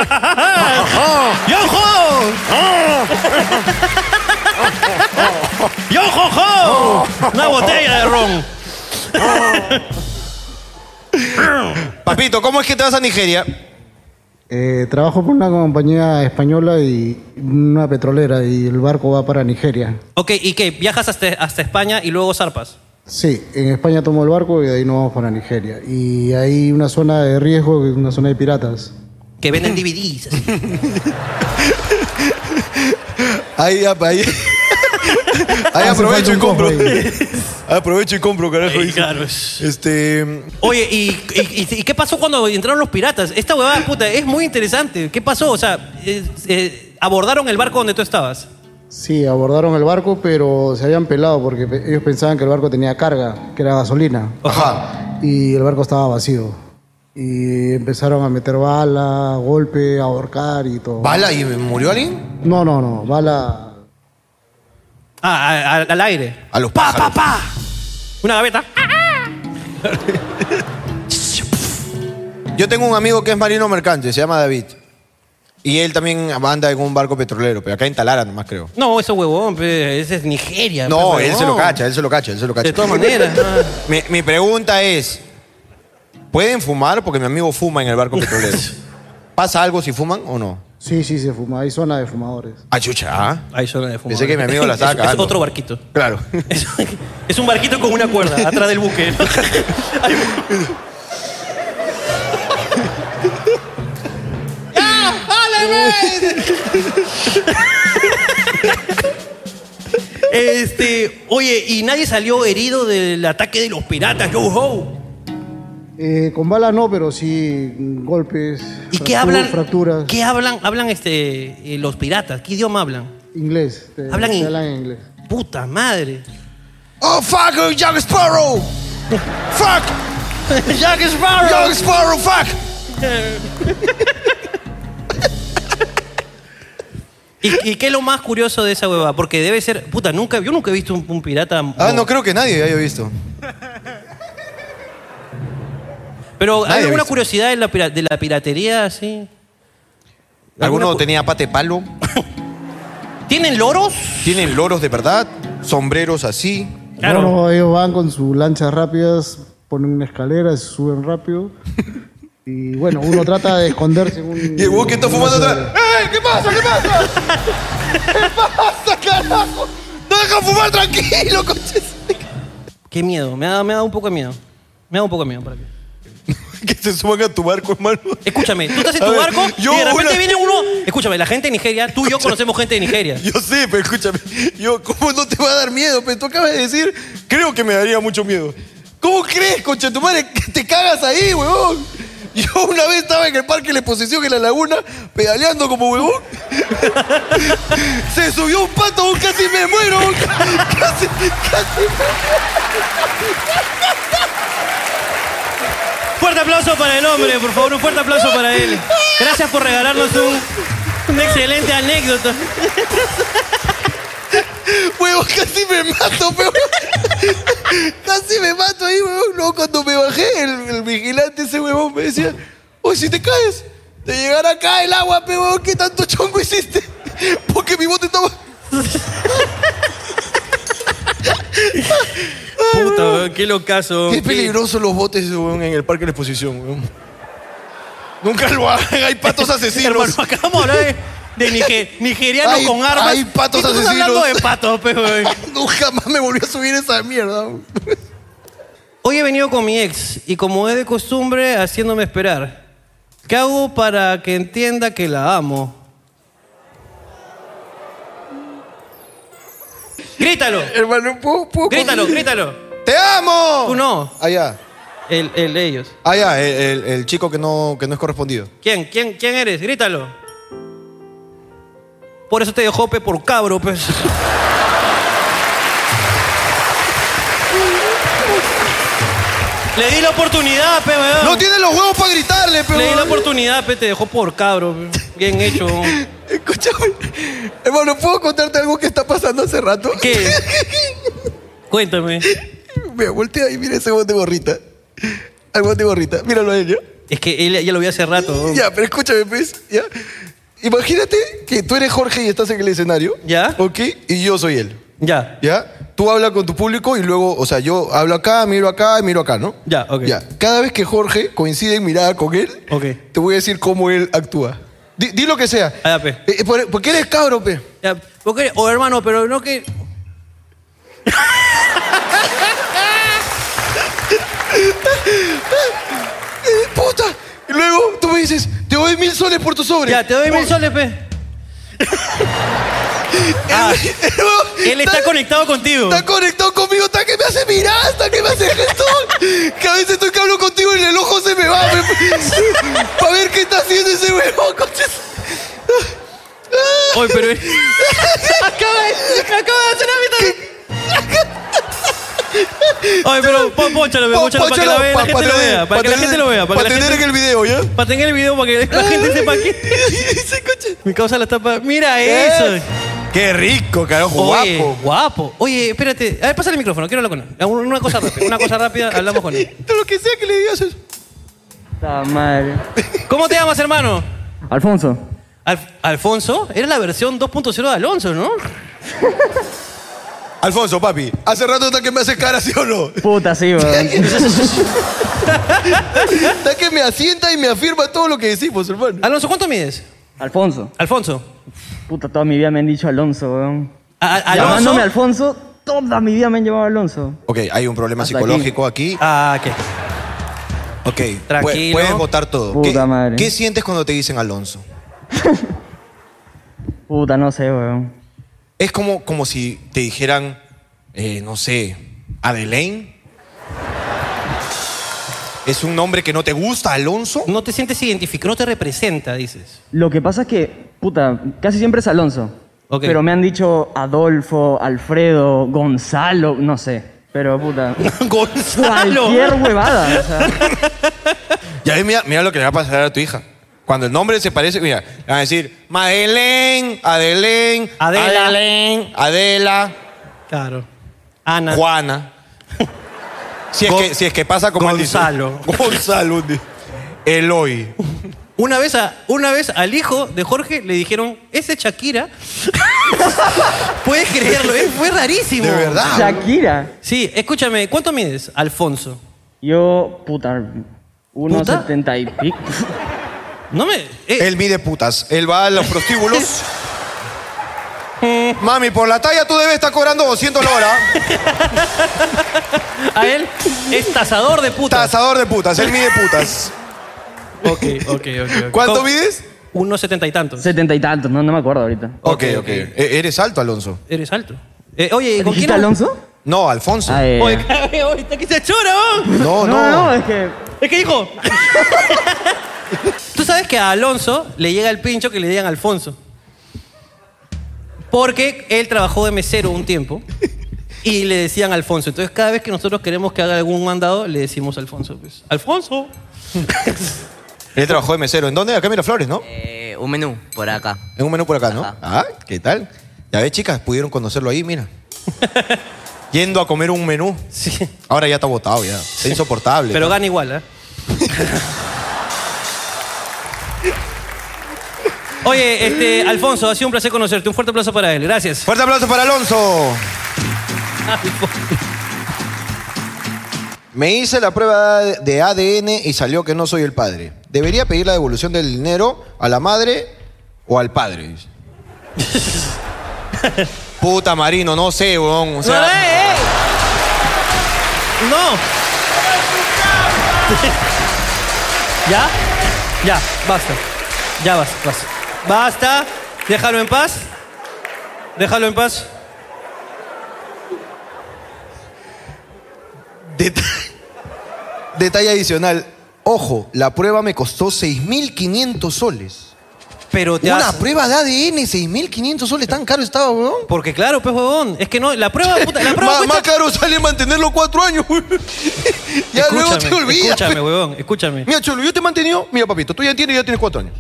Speaker 1: ¡Yo, jo, jo! Una botella de ron.
Speaker 2: Papito, ¿cómo es que te vas a Nigeria?
Speaker 11: Eh, trabajo por una compañía española y una petrolera y el barco va para Nigeria.
Speaker 1: Ok, ¿y qué? ¿Viajas hasta, hasta España y luego zarpas?
Speaker 11: Sí, en España tomo el barco y de ahí nos vamos para Nigeria. Y hay una zona de riesgo, que es una zona de piratas.
Speaker 1: Que venden DVDs.
Speaker 2: Ahí, ap- ahí. ahí
Speaker 11: Hace
Speaker 2: aprovecho
Speaker 11: falta
Speaker 2: y
Speaker 11: un
Speaker 2: compro.
Speaker 11: cojo
Speaker 2: aprovecho y compro, carajo.
Speaker 1: Ahí,
Speaker 2: dice.
Speaker 1: claro.
Speaker 2: Este.
Speaker 1: Oye, ¿y, y, y- y qué pasó cuando entraron los piratas? Esta huevada, puta, es muy interesante. ¿Qué pasó? O sea, eh, eh, abordaron el barco donde tú estabas.
Speaker 11: Sí, abordaron el barco, pero se habían pelado porque pe- ellos pensaban que el barco tenía carga, que era gasolina. Y el barco estaba vacío. Y empezaron a meter bala, golpe, a ahorcar y todo.
Speaker 2: ¿Bala y murió alguien?
Speaker 11: No, no, no. Bala.
Speaker 1: Ah, a- a- al aire.
Speaker 2: A los
Speaker 1: ¡Pa,
Speaker 2: pájaros.
Speaker 1: pa, pa! Una gaveta.
Speaker 2: Yo tengo un amigo que es marino mercante, se llama David. Y él también anda en un barco petrolero, pero acá en Talara nomás creo.
Speaker 1: No, eso huevón, pe, ese es Nigeria.
Speaker 2: pues, No,
Speaker 1: pe,
Speaker 2: él se
Speaker 1: huevón.
Speaker 2: lo cacha, él se lo cacha, él se lo cacha.
Speaker 1: De todas maneras. ah.
Speaker 2: Mi, mi pregunta es, ¿pueden fumar? Porque mi amigo fuma en el barco petrolero. ¿Pasa algo si fuman o no?
Speaker 11: Sí, sí, se fuma. Hay zona de fumadores.
Speaker 2: Ah, chucha. ah.
Speaker 1: Ahí suena de fumar.
Speaker 2: Pensé que mi amigo la estaba
Speaker 1: Es- Es
Speaker 2: cagando.
Speaker 1: otro barquito.
Speaker 2: Claro.
Speaker 1: Es, es un barquito con una cuerda atrás del buque. ¿no? Hay un- Este, oye, y nadie salió herido del ataque de los piratas, yo ho.
Speaker 11: Eh, con balas no, pero sí mm, golpes.
Speaker 1: ¿Y qué
Speaker 11: fractu-
Speaker 1: hablan?
Speaker 11: Fracturas.
Speaker 1: ¿Qué hablan? Hablan este eh, los piratas, ¿qué idioma hablan?
Speaker 11: Inglés. te-
Speaker 1: Hablan
Speaker 11: te
Speaker 1: in-
Speaker 11: hablan en inglés.
Speaker 1: Puta madre.
Speaker 2: ¡Oh, fuck, Jack Sparrow! ¡Fuck!
Speaker 1: Jack
Speaker 2: ¡Jack
Speaker 1: Sparrow.
Speaker 2: Sparrow, fuck!
Speaker 1: ¿Y, y qué es lo más curioso de esa huevada? Porque debe ser, puta, nunca yo nunca he visto un, un pirata
Speaker 2: Ah, no creo que nadie haya visto.
Speaker 1: Pero
Speaker 2: Nadie
Speaker 1: ¿hay
Speaker 2: ha
Speaker 1: alguna
Speaker 2: visto.
Speaker 1: curiosidad de la, pira- de la piratería así? ¿Alguna
Speaker 2: ¿Alguno
Speaker 1: cu-
Speaker 2: tenía pate palo?
Speaker 1: ¿Tienen loros?
Speaker 2: ¿Tienen loros de verdad? ¿Sombreros así?
Speaker 1: Claro.
Speaker 11: No, no, ellos van con sus lanchas rápidas, ponen una escalera, se suben rápido. Y bueno, uno trata de esconderse en un.
Speaker 2: Y el huevón que está
Speaker 11: en
Speaker 2: fumando
Speaker 11: una-
Speaker 2: atrás. ¡Ey! ¿Qué pasa? ¿Qué pasa? ¿Qué pasa, carajo? ¡No deja fumar tranquilo, coches!
Speaker 1: Qué miedo, me ha, me ha dado un poco de miedo. Me ha dado un poco de miedo para qué.
Speaker 2: Que se suban a tu barco, hermano.
Speaker 1: Escúchame, tú estás en
Speaker 2: A
Speaker 1: tu
Speaker 2: ver,
Speaker 1: barco
Speaker 2: yo
Speaker 1: y de repente
Speaker 2: una-
Speaker 1: viene uno. Escúchame, la gente de Nigeria, tú y yo conocemos gente de Nigeria.
Speaker 2: Yo sé, pero escúchame. Yo, ¿cómo no te va a dar miedo? Pero tú acabas de decir, creo que me daría mucho miedo. ¿Cómo crees, concha de tu madre, que te cagas ahí, huevón? Yo una vez estaba en el parque de la exposición en la laguna, pedaleando como huevón. Se subió un pato, huevón, casi me muero. huevón. Casi, casi
Speaker 1: Fuerte aplauso para el hombre, por favor, un fuerte aplauso para él. Gracias por regalarnos un, una excelente anécdota.
Speaker 2: Huevón, casi me mato, huevón. Casi me mato ahí, huevón. Luego cuando me bajé, el, el vigilante, ese huevón, me decía, oye, si te caes, te llegará acá el agua, pe, huevón, ¿qué tanto chongo hiciste? Porque mi bote estaba...
Speaker 1: Puta, weón, qué locazo.
Speaker 2: Qué peligroso los botes, huevón, en el parque de la exposición, huevón. Nunca lo hagan, hay patos
Speaker 1: Hermano,
Speaker 2: asesinos.
Speaker 1: acabamos de hablar de, de nige- nigerianos
Speaker 2: Hay-
Speaker 1: con armas.
Speaker 2: hay patos
Speaker 1: y tú estás
Speaker 2: asesinos.
Speaker 1: hablando de patos, pe, weón.
Speaker 2: Nunca más me volví a subir esa mierda. huevón.
Speaker 1: Hoy he venido con mi ex y como es de costumbre, haciéndome esperar. ¿Qué hago para que entienda que la amo? Grítalo,
Speaker 2: Hermano, ¿puedo, puedo
Speaker 1: grítalo, grítalo.
Speaker 2: ¡Te amo!
Speaker 1: Tú no.
Speaker 2: Allá.
Speaker 1: El, el de ellos.
Speaker 2: Allá, el, el- el chico que no, que no es correspondido.
Speaker 1: ¿Quién? ¿Quién? ¿Quién eres? Grítalo. Por eso te dejó pe por cabro, pues. Le di la oportunidad, pe, weón.
Speaker 2: No tiene los huevos para gritarle, pero.
Speaker 1: Le di la oportunidad, pe, te dejó por cabro. pe. Bien hecho. weón.
Speaker 2: Escúchame. Hermano, ¿puedo contarte algo que está pasando hace rato?
Speaker 1: ¿Qué? Cuéntame.
Speaker 6: Mira, voltea y mira ese guante gorrita. Al guante gorrita. Míralo a él, ¿ya?
Speaker 1: Es que él ya lo vi hace rato. ¿no?
Speaker 6: Ya, pero escúchame, pues, ¿ya? Imagínate que tú eres Jorge y estás en el escenario. ¿Ya? ¿Ok? Y yo soy él.
Speaker 1: Ya.
Speaker 6: ¿Ya? Tú hablas con tu público y luego, o sea, yo hablo acá, miro acá y miro acá, ¿no?
Speaker 1: Ya, ok.
Speaker 6: Ya. Cada vez que Jorge coincide en mirada con él,
Speaker 1: Ok.
Speaker 6: te voy a decir cómo él actúa. Di, di lo que sea.
Speaker 1: Ah, ya, pe.
Speaker 6: Eh, eh, por- porque eres cabro, pe.
Speaker 1: Ya, ¿por qué? O hermano, pero no que.
Speaker 6: Eh, ¡Puta! Y luego tú me dices, te doy mil soles por tu sobre. Ya,
Speaker 1: te doy mil soles, pe. Ah, Él está conectado contigo.
Speaker 6: Está conectado conmigo, está que me hace mirar, está que me hace gestos. Que a veces estoy que hablo contigo y el ojo se me va. Para ver qué está haciendo ese huevón, coches.
Speaker 1: Oye, pero.
Speaker 6: acaba, de, acaba de hacer
Speaker 1: Oye, pero pon- ponchalo, pe,
Speaker 6: Pon-
Speaker 1: ponchalo para que la
Speaker 6: ponchalo,
Speaker 1: vea, la gente lo vea. Para
Speaker 6: pa- pa tener- pa
Speaker 1: que la
Speaker 6: tener-
Speaker 1: gente lo vea.
Speaker 6: pa tener en el video, ¿ya?
Speaker 1: Para tener el video, para que la gente sepa que. Mi causa la tapa. Mira
Speaker 6: Eh,
Speaker 1: eso.
Speaker 2: Qué rico, carajo,
Speaker 1: Oye,
Speaker 2: guapo.
Speaker 1: guapo. Oye, espérate. A ver, pásale el micrófono. Quiero hablar con él. Ah, Una una cosa rápida. Una cosa rápida. Hablamos con él.
Speaker 6: esto, lo que sea que le digas. es-
Speaker 10: Puta madre.
Speaker 1: ¿Cómo te llamas, hermano?
Speaker 10: Alfonso.
Speaker 1: Alf- ¿Alfonso? Eres la versión 2.0 de Alonso, ¿no?
Speaker 2: Alfonso, papi.
Speaker 6: Hace rato está que me hace cara, ¿sí o no?
Speaker 10: Puta, sí, weón.
Speaker 6: Está que me asienta y me afirma todo lo que decimos, hermano.
Speaker 1: Alonso, ¿cuánto mides?
Speaker 10: Alfonso.
Speaker 1: Alfonso.
Speaker 10: Puta, toda mi vida me han dicho Alonso, weón.
Speaker 1: A- a- Alonso.
Speaker 10: Llamándome Alfonso, toda mi vida me han llamado Alonso.
Speaker 2: Ok, hay un problema
Speaker 10: Hasta
Speaker 2: psicológico aquí.
Speaker 1: Ah, ¿qué?
Speaker 2: Ok,
Speaker 1: Tranquilo.
Speaker 2: pu- puedes votar todo.
Speaker 10: Puta
Speaker 2: ¿Qué,
Speaker 10: madre.
Speaker 2: qué sientes cuando te dicen Alonso?
Speaker 10: Puta, no sé, weón.
Speaker 2: Es como, como si te dijeran, eh, no sé, Adelaine. Es un nombre que no te gusta, Alonso.
Speaker 1: No te sientes identificado, no te representa, dices.
Speaker 10: Lo que pasa es que, puta, casi siempre es Alonso.
Speaker 1: Ok.
Speaker 10: Pero me han dicho Adolfo, Alfredo, Gonzalo, no sé. Pero, puta.
Speaker 1: Gonzalo.
Speaker 10: cualquier huevada. o sea.
Speaker 2: Y ahí mira, mira lo que le va a pasar a tu hija. Cuando el nombre se parece, mira, le van a decir Madeleine, Adelaine,
Speaker 1: Adela.
Speaker 2: Adelaine, Adela,
Speaker 1: Claro. Ana.
Speaker 2: Juana. Si es,
Speaker 1: Go-
Speaker 2: que, si es que pasa como él dice.
Speaker 1: Gonzalo.
Speaker 2: Gonzalo. un día. Eloy.
Speaker 1: Una vez, a- una vez al hijo de Jorge le dijeron, ese es Shakira. Puedes creerlo, eh, fue rarísimo.
Speaker 2: De verdad.
Speaker 10: Shakira.
Speaker 1: Sí, escúchame, ¿cuánto mides, Alfonso?
Speaker 10: Yo, puta, unos
Speaker 1: ¿Puta?
Speaker 10: 70 y pico.
Speaker 1: No me. eh,
Speaker 2: Él mide putas. Él va a los prostíbulos. Mami, por la talla tú debes estar cobrando 200 la hora.
Speaker 1: a él es tasador de putas.
Speaker 2: Tasador de putas. Él mide putas.
Speaker 1: Ok, ok, ok. ok.
Speaker 2: ¿Cuánto
Speaker 1: ¿Cómo?
Speaker 2: mides?
Speaker 1: Unos setenta y tantos.
Speaker 10: 70 y tantos, no, no me acuerdo ahorita.
Speaker 2: Ok, ok. E- ¿Eres alto, Alonso?
Speaker 1: Eres alto. Eh, oye, ¿con quién
Speaker 10: ¿Dijiste Alonso?
Speaker 2: No, Alfonso.
Speaker 10: Ah, eh.
Speaker 1: Oye, oye, está aquí se chora, ¿no?
Speaker 2: No, no.
Speaker 10: no, no, es que.
Speaker 1: Es que dijo. Tú sabes que a Alonso le llega el pincho que le digan Alfonso. Porque él trabajó de mesero un tiempo y le decían Alfonso. Entonces, cada vez que nosotros queremos que haga algún mandado, le decimos Alfonso. pues, Alfonso.
Speaker 2: Él trabajó de mesero. ¿En dónde? Acá en Miraflores, ¿no?
Speaker 12: Eh, un menú por acá.
Speaker 2: En un menú por acá, ¿no? Ah, ¿qué tal? Ya ves, chicas, pudieron conocerlo ahí, mira. Yendo a comer un menú.
Speaker 1: Sí.
Speaker 2: Ahora ya está botado, ya. Es insoportable.
Speaker 1: Pero gana igual, ¿eh? Oye, este, Alfonso, ha sido un placer conocerte. Un fuerte aplauso para él. Gracias.
Speaker 2: Fuerte aplauso para Alonso. Me hice la prueba de ADN y salió que no soy el padre. ¿Debería pedir la devolución del dinero a la madre o al padre? Puta Marino, no sé, weón. O
Speaker 1: no,
Speaker 2: sea,
Speaker 1: eh, eh. No. ¿Ya? Ya, basta. Ya basta, basta. Basta. Déjalo en paz. Déjalo en paz.
Speaker 2: deta- detalle adicional. Ojo, la prueba me costó 6.500 soles.
Speaker 1: Pero te
Speaker 2: Una
Speaker 1: has-
Speaker 2: prueba de ADN, 6.500 soles, tan caro estaba, weón.
Speaker 1: Porque claro, pues huevón, es que no, la prueba, puta, la prueba
Speaker 2: Más,
Speaker 1: cuesta-
Speaker 2: más caro sale mantenerlo cuatro años, weón. ya luego te olvidas.
Speaker 1: Escúchame,
Speaker 2: pe.
Speaker 1: huevón, escúchame.
Speaker 2: Mira, Cholo, yo te he mantenido. Mira, papito, tú ya entiendes, ya tienes cuatro años.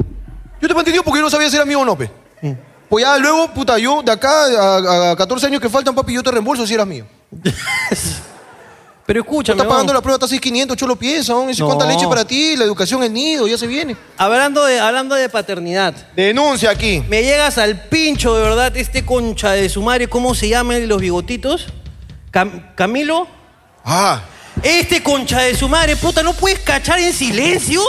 Speaker 2: Yo te he mantenido porque yo no sabía si era mío o no, pe.
Speaker 1: Mm.
Speaker 2: Pues ya luego, puta, yo de acá a, a 14 años que faltan, papi, yo te reembolso si eras mío.
Speaker 1: Pero escúchame.
Speaker 2: Tú estás pagando
Speaker 1: huevón.
Speaker 2: la prueba, estás 6,500, chulo piensa, aún. Ese
Speaker 1: No.
Speaker 2: cuánta leche para ti, la educación, el nido, ya se viene.
Speaker 1: Hablando de, hablando de paternidad.
Speaker 2: Denuncia aquí.
Speaker 1: Me llegas al pincho, de verdad, este concha de su madre, ¿cómo se llaman los bigotitos? Cam- ¿Camilo?
Speaker 2: Ah.
Speaker 1: Este concha de su madre, puta, ¿no puedes cachar en silencio?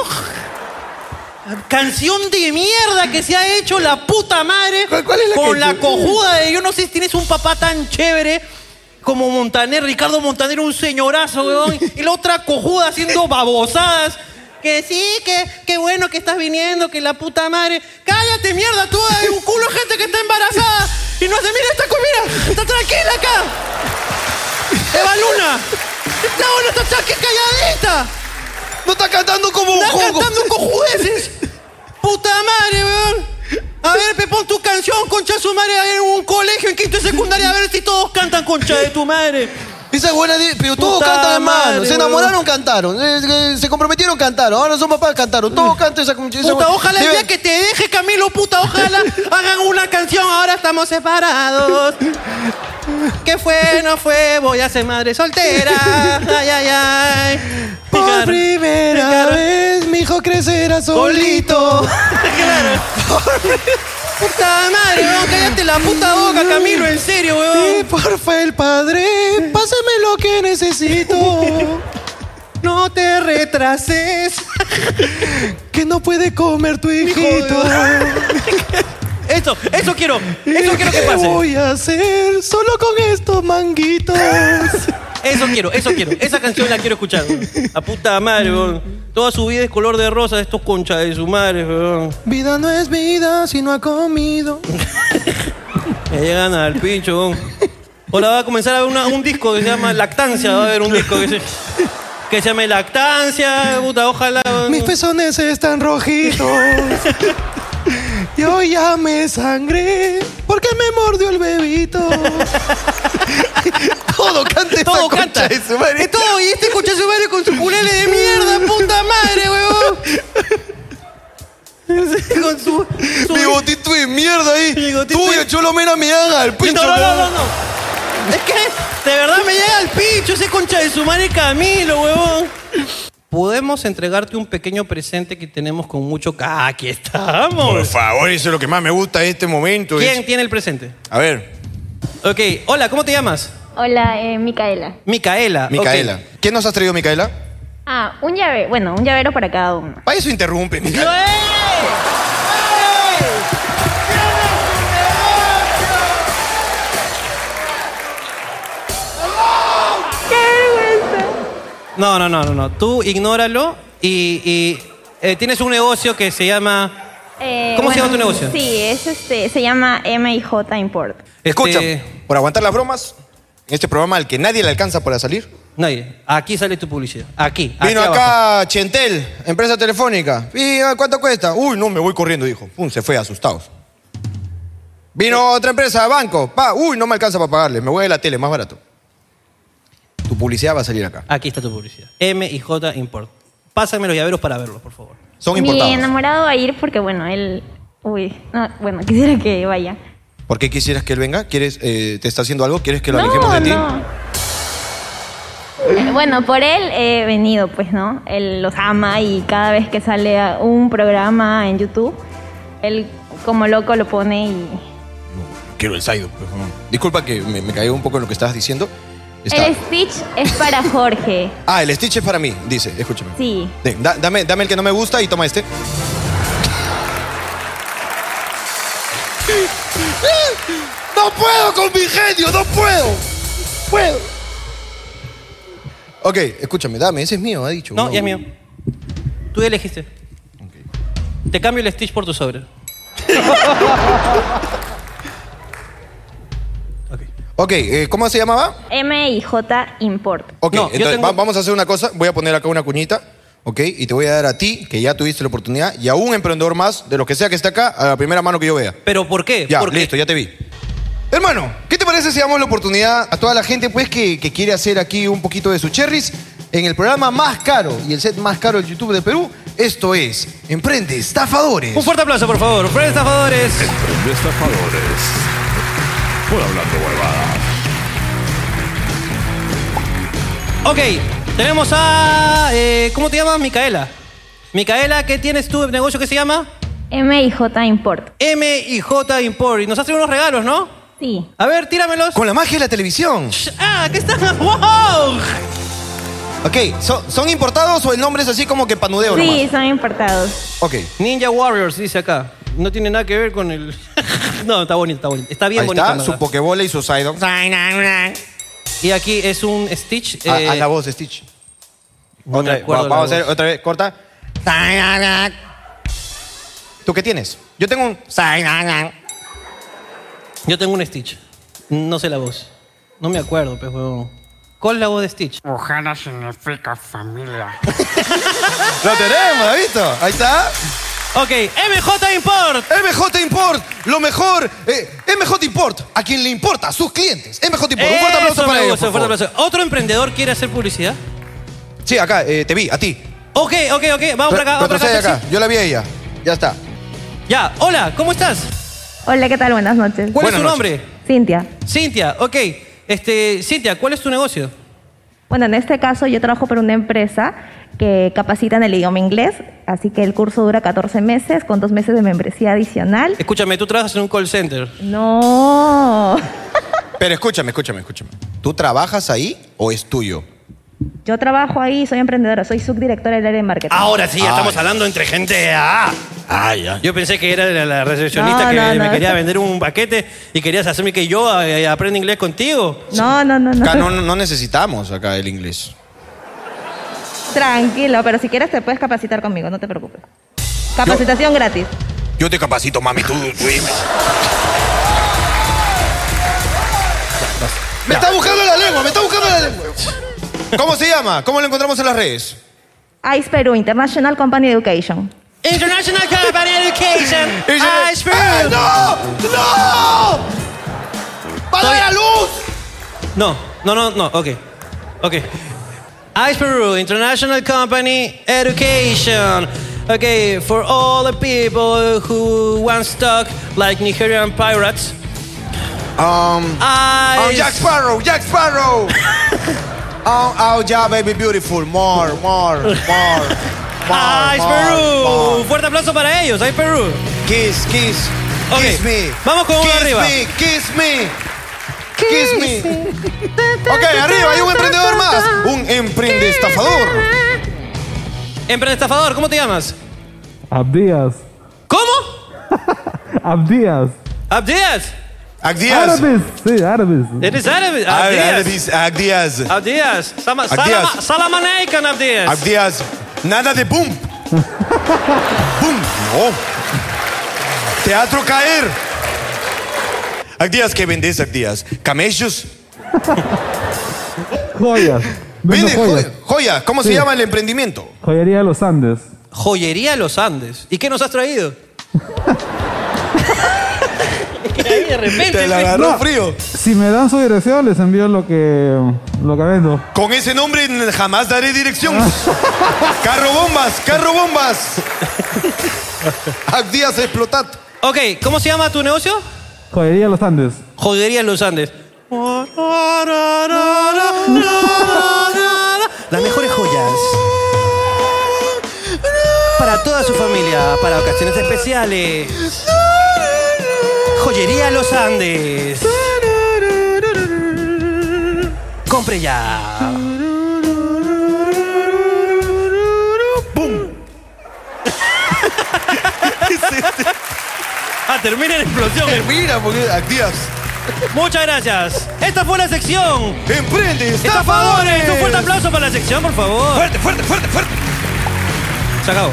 Speaker 1: Canción de mierda que se ha hecho la puta madre
Speaker 6: cuál es la
Speaker 1: con
Speaker 6: que-
Speaker 1: la cojuda de yo no sé si tienes un papá tan chévere como Montaner, Ricardo Montaner, un señorazo, weón, y la otra cojuda haciendo babosadas. Que sí, que, que bueno que estás viniendo, que la puta madre. ¡Cállate, mierda! Tú hay un culo de gente que está embarazada y no hace, mira esta comida, está tranquila acá. Eva Luna, esta una está aquí calladita.
Speaker 2: No está cantando como
Speaker 1: un Está cantando con jueces. Puta madre, weón. A ver, Pepón, tu canción, concha de su madre, en un colegio, en quinto de secundaria, a ver si todos cantan concha de tu madre.
Speaker 2: Esa es buena, di- pero todos
Speaker 1: Puta
Speaker 2: cantan, hermano.
Speaker 1: madre,
Speaker 2: Se enamoraron,
Speaker 1: huevón.
Speaker 2: cantaron. Eh, eh, Se comprometieron, cantaron. Ahora son papás, cantaron. Todos cantan esa. esa
Speaker 1: Mm. Puta, ojalá el
Speaker 2: Debe-
Speaker 1: día que te deje, Camilo, puta, ojalá hagan una canción, ahora estamos separados. ¿Qué fue? No fue, voy a ser madre soltera. Ay, ay, ay.
Speaker 2: Por
Speaker 1: Picar,
Speaker 2: primera
Speaker 1: picar.
Speaker 2: vez mi hijo crecerá solito.
Speaker 1: Solito. claro. puta madre, weón, cállate la puta boca, Camilo, en serio,
Speaker 2: Y
Speaker 1: weón.
Speaker 2: porfa el padre, pásame lo que necesito.
Speaker 1: No te retrases.
Speaker 2: Que no puede comer tu hijito.
Speaker 1: Eso, eso quiero, eso quiero que
Speaker 2: ¿Qué
Speaker 1: pase.
Speaker 2: voy a hacer solo con estos manguitos?
Speaker 1: Eso quiero, eso quiero. Esa canción la quiero escuchar. weón. La puta madre, weón. Toda su vida es color de rosa de estos conchas de su madre, weón.
Speaker 2: vida no es vida si no ha comido.
Speaker 1: Me llegan al pincho, weón. Ahora va a comenzar a haber una- un disco que se llama Lactancia. Va a haber un disco que se, que se llame Lactancia. Puta, ojalá. weón.
Speaker 2: Mis pezones están rojitos. Yo ya me sangré porque me mordió el bebito. Todo canta esta
Speaker 1: Todo
Speaker 2: concha
Speaker 1: canta.
Speaker 2: de su madre.
Speaker 1: Es todo. Y este concha de su madre con su culele de mierda, puta madre, weón. con su, su-
Speaker 2: Mi botito de mierda ahí.
Speaker 1: bigotito
Speaker 2: Tuyo,
Speaker 1: de-
Speaker 2: Cholo Mena me haga el pincho.
Speaker 1: No, no, no, no, no. Es que de verdad me llega al pincho ese concha de su madre Camilo, huevón. Podemos entregarte un pequeño presente que tenemos con mucho. ca- Ah, aquí
Speaker 6: Por
Speaker 1: estamos.
Speaker 6: favor, eso es lo que más me gusta en este momento.
Speaker 1: ¿Quién
Speaker 6: es-
Speaker 1: tiene el presente?
Speaker 6: A ver,
Speaker 1: Ok, hola, ¿cómo te llamas?
Speaker 9: Hola, eh, Micaela.
Speaker 1: Micaela. ok.
Speaker 2: Micaela. ¿Quién nos has traído, Micaela?
Speaker 9: Ah, un llave, bueno, un llavero para cada uno.
Speaker 6: para eso interrumpe.
Speaker 1: ¡Ey!
Speaker 6: Micaela.
Speaker 1: ¡Ey! No, no, no, no, no. Tú ignóralo y, y, eh, tienes un negocio que se llama.
Speaker 9: Eh,
Speaker 1: ¿Cómo se llama
Speaker 9: bueno,
Speaker 1: tu negocio?
Speaker 9: Sí, es este, se llama MIJ Import.
Speaker 6: Escucha,
Speaker 1: Este-
Speaker 6: por aguantar las bromas, en este programa al que nadie le alcanza para salir.
Speaker 1: Nadie. Aquí sale tu publicidad. Aquí.
Speaker 2: Vino
Speaker 1: aquí abajo.
Speaker 2: acá Chentel, empresa telefónica. ¿Y ah, cuánto cuesta? Uy, no, me voy corriendo, dijo. Pum, se fue asustados. Vino otra empresa, banco. Pa, uy, no me alcanza para pagarles. Me voy a la tele, más barato. Tu publicidad va a salir acá.
Speaker 1: Aquí está tu publicidad. M y J Import. Pásame los llaveros para verlos, por favor.
Speaker 2: Son
Speaker 9: Mi
Speaker 2: importados.
Speaker 9: enamorado va a ir porque, bueno, él... Uy, no, bueno, quisiera que vaya.
Speaker 2: ¿Por qué quisieras que él venga? ¿Quieres, eh, ¿Te está haciendo algo? ¿Quieres que lo alejemos
Speaker 9: no,
Speaker 2: de ti?
Speaker 9: no. Eh, Bueno, por él he venido, pues, ¿no? Él los ama y cada vez que sale a un programa en YouTube, él como loco lo pone y...
Speaker 6: Quiero el Saido, por favor.
Speaker 2: Disculpa que me, me caí un poco en lo que estabas diciendo. Está-
Speaker 9: El Stitch es para Jorge.
Speaker 2: Ah, el Stitch es para mí, dice. Escúchame.
Speaker 9: Sí.
Speaker 2: Ven, da- dame, dame el que no me gusta y toma este. ¡No puedo con mi genio! ¡No puedo! ¡Puedo! Ok, escúchame, dame, ese es mío, ha dicho.
Speaker 1: No, ya es mío. Tú elegiste. Te cambio el Stitch por tu sobre.
Speaker 2: Ok, eh, ¿cómo se llamaba?
Speaker 9: MIJ Import.
Speaker 2: Ok,
Speaker 1: No, yo
Speaker 2: entonces
Speaker 1: tengo-
Speaker 2: va- vamos a hacer una cosa. Voy a poner acá una cuñita, ok, y te voy a dar a ti, que ya tuviste la oportunidad, y a un emprendedor más, de lo que sea que está acá, a la primera mano que yo vea.
Speaker 1: ¿Pero por qué?
Speaker 2: Ya,
Speaker 1: Porque
Speaker 2: listo, ya te vi. Hermano, ¿qué te parece si damos la oportunidad a toda la gente pues que, que quiere hacer aquí un poquito de sus cherries en el programa más caro y el set más caro del YouTube de Perú? Esto es Emprende Estafadores.
Speaker 1: Un fuerte aplauso, por favor. Fred Estafadores.
Speaker 13: de estafadores. Por hablando huevadas.
Speaker 1: Ok, tenemos a. eh, ¿Cómo te llamas? Micaela. Micaela, ¿qué tienes tú de negocio que se llama?
Speaker 9: MIJ Import.
Speaker 1: M&J Import. Y nos has traído unos regalos, ¿no?
Speaker 9: Sí.
Speaker 1: A ver, tíramelos.
Speaker 2: Con la magia de la televisión.
Speaker 1: ¡Ah! ¿Qué están? ¡Wow!
Speaker 2: Ok, ¿so- ¿son importados o el nombre es así como que panudeo nomás?
Speaker 9: Sí, son importados.
Speaker 2: Ok.
Speaker 1: Ninja Warriors dice acá. No tiene nada que ver con el. no, está bonito, está bonito. Está bien
Speaker 2: Ahí
Speaker 1: bonito.
Speaker 2: está,
Speaker 1: en
Speaker 2: su
Speaker 1: verdad.
Speaker 2: pokebola y su Sidon.
Speaker 1: Y aquí es un Stitch.
Speaker 2: A,
Speaker 1: eh,
Speaker 2: a la voz de Stitch.
Speaker 1: no
Speaker 2: Otra-
Speaker 1: me acuerdo
Speaker 2: va-
Speaker 1: la
Speaker 2: vamos a hacer
Speaker 1: voz.
Speaker 2: otra vez, corta. ¿Tú qué tienes? Yo tengo un.
Speaker 1: Yo tengo un Stitch. No sé la voz. No me acuerdo, pues, huevón. ¿Cuál es la voz de Stitch?
Speaker 14: Ojana significa familia.
Speaker 2: ¡Lo tenemos! ¿Has visto? Ahí está.
Speaker 1: Ok, MJ Import.
Speaker 2: MJ Import, lo mejor. Eh, MJ Import, a quien le importa, a sus clientes. MJ Import, un fuerte
Speaker 1: Eso
Speaker 2: aplauso
Speaker 1: me
Speaker 2: para ellos.
Speaker 1: gusta,
Speaker 2: por
Speaker 1: fuerte
Speaker 2: favor.
Speaker 1: aplauso. ¿Otro emprendedor quiere hacer publicidad?
Speaker 2: Sí, acá, eh, te vi, a ti.
Speaker 1: Ok, ok, ok. Vamos para acá, vamos para
Speaker 2: Retrocede
Speaker 1: acá.
Speaker 2: acá. Yo la vi a ella. Ya está.
Speaker 1: Ceci. Ya, hola, ¿cómo estás?
Speaker 15: Hola, ¿qué tal? Buenas noches.
Speaker 1: ¿Cuál es tu nombre?
Speaker 15: Cintia.
Speaker 1: Cintia, ok. Este, Cintia, ¿cuál es tu negocio?
Speaker 15: Bueno, en este caso yo trabajo para una empresa que capacita en el idioma inglés, así que el curso dura 14 meses con dos meses de membresía adicional.
Speaker 1: Escúchame, tú trabajas en un call center.
Speaker 15: No,
Speaker 2: Pero escúchame, escúchame, escúchame. ¿Tú trabajas ahí o es tuyo?
Speaker 15: yo trabajo ahí, soy emprendedora, soy subdirectora del área de marketing.
Speaker 1: Ahora sí, ya
Speaker 2: Ay.
Speaker 1: estamos hablando entre gente. Ah. Yo pensé que era la, la recepcionista
Speaker 15: No,
Speaker 1: que
Speaker 15: no,
Speaker 1: me
Speaker 15: no.
Speaker 1: quería vender un paquete y querías hacerme que yo eh, aprenda inglés contigo.
Speaker 15: No, no, no,
Speaker 2: Acá no,
Speaker 15: no.
Speaker 2: no necesitamos acá el inglés.
Speaker 15: Tranquilo, pero si quieres te puedes capacitar conmigo, no te preocupes. Capacitación gratis.
Speaker 2: Yo te capacito, mami, tú, tú dime. Me está buscando la lengua, me está buscando la lengua. ¿Cómo se llama? ¿Cómo lo encontramos en las redes?
Speaker 15: ICE Perú, International Company Education.
Speaker 1: International Company Education. Ice
Speaker 2: ¡Ay,
Speaker 1: Cream.
Speaker 2: "Ah, no! ¡No! ¡Va a dar a luz!
Speaker 1: No, no, no, no, ok. Ok. Ice Peru International Company Education. Okay, for all the people who once talk like Nigerian pirates.
Speaker 2: Um,
Speaker 1: Ice.
Speaker 2: Oh, Jack Sparrow, Jack Sparrow. oh, oh, yeah, baby, beautiful. More, more, more. more
Speaker 1: Ice
Speaker 2: more,
Speaker 1: Peru.
Speaker 2: more.
Speaker 1: Fuerte aplauso para ellos, Ice Peru.
Speaker 2: Kiss, kiss.
Speaker 1: Ok,
Speaker 2: Kiss me.
Speaker 1: vamos con uno
Speaker 2: kiss
Speaker 1: arriba.
Speaker 2: Me, kiss me. Kiss me. ok, arriba hay un emprendedor más. Un emprende estafador.
Speaker 1: Emprendestafador, ¿cómo te llamas?
Speaker 16: Abdías.
Speaker 1: ¿Cómo?
Speaker 16: Abdías.
Speaker 1: Abdias.
Speaker 16: Árabes. Sí, árabes.
Speaker 1: Eres árabe. Abdias.
Speaker 2: Abdias. Abdias.
Speaker 1: Abdias. Sama-
Speaker 2: Abdias.
Speaker 1: Salama- Salam alaikum, Abdias.
Speaker 2: Abdias. Nada de boom. boom. No. Teatro caer. Abdias, ¿qué vendes, Abdias? Camellos.
Speaker 16: Joyas. Vendo
Speaker 2: Vende
Speaker 16: joyas.
Speaker 2: joya. joya. ¿Cómo se
Speaker 16: Sí.
Speaker 2: llama el emprendimiento?
Speaker 16: Joyería de los Andes.
Speaker 1: Joyería Los Andes. ¿Y qué nos has traído? Es que ahí de repente.
Speaker 2: Te la
Speaker 1: pues.
Speaker 2: agarró frío.
Speaker 16: Si me dan su dirección, les envío lo que, lo que vendo. Ah.
Speaker 2: Con ese nombre jamás daré dirección. carro bombas, carro bombas. Abdias explotad.
Speaker 1: Ok, ¿cómo se llama tu negocio?
Speaker 16: Joyería de los Andes.
Speaker 1: Joyería Los Andes. Las mejores joyas. Para toda su familia, para ocasiones especiales. Joyería Los Andes. Compre ya. Ah, termina en explosión.
Speaker 2: Termina porque activas.
Speaker 1: Muchas gracias. Esta fue la sección.
Speaker 2: Emprende,
Speaker 1: estafadores. Un fuerte aplauso para la sección, por favor. Fuerte,
Speaker 2: fuerte, fuerte, fuerte.
Speaker 1: Se acabó.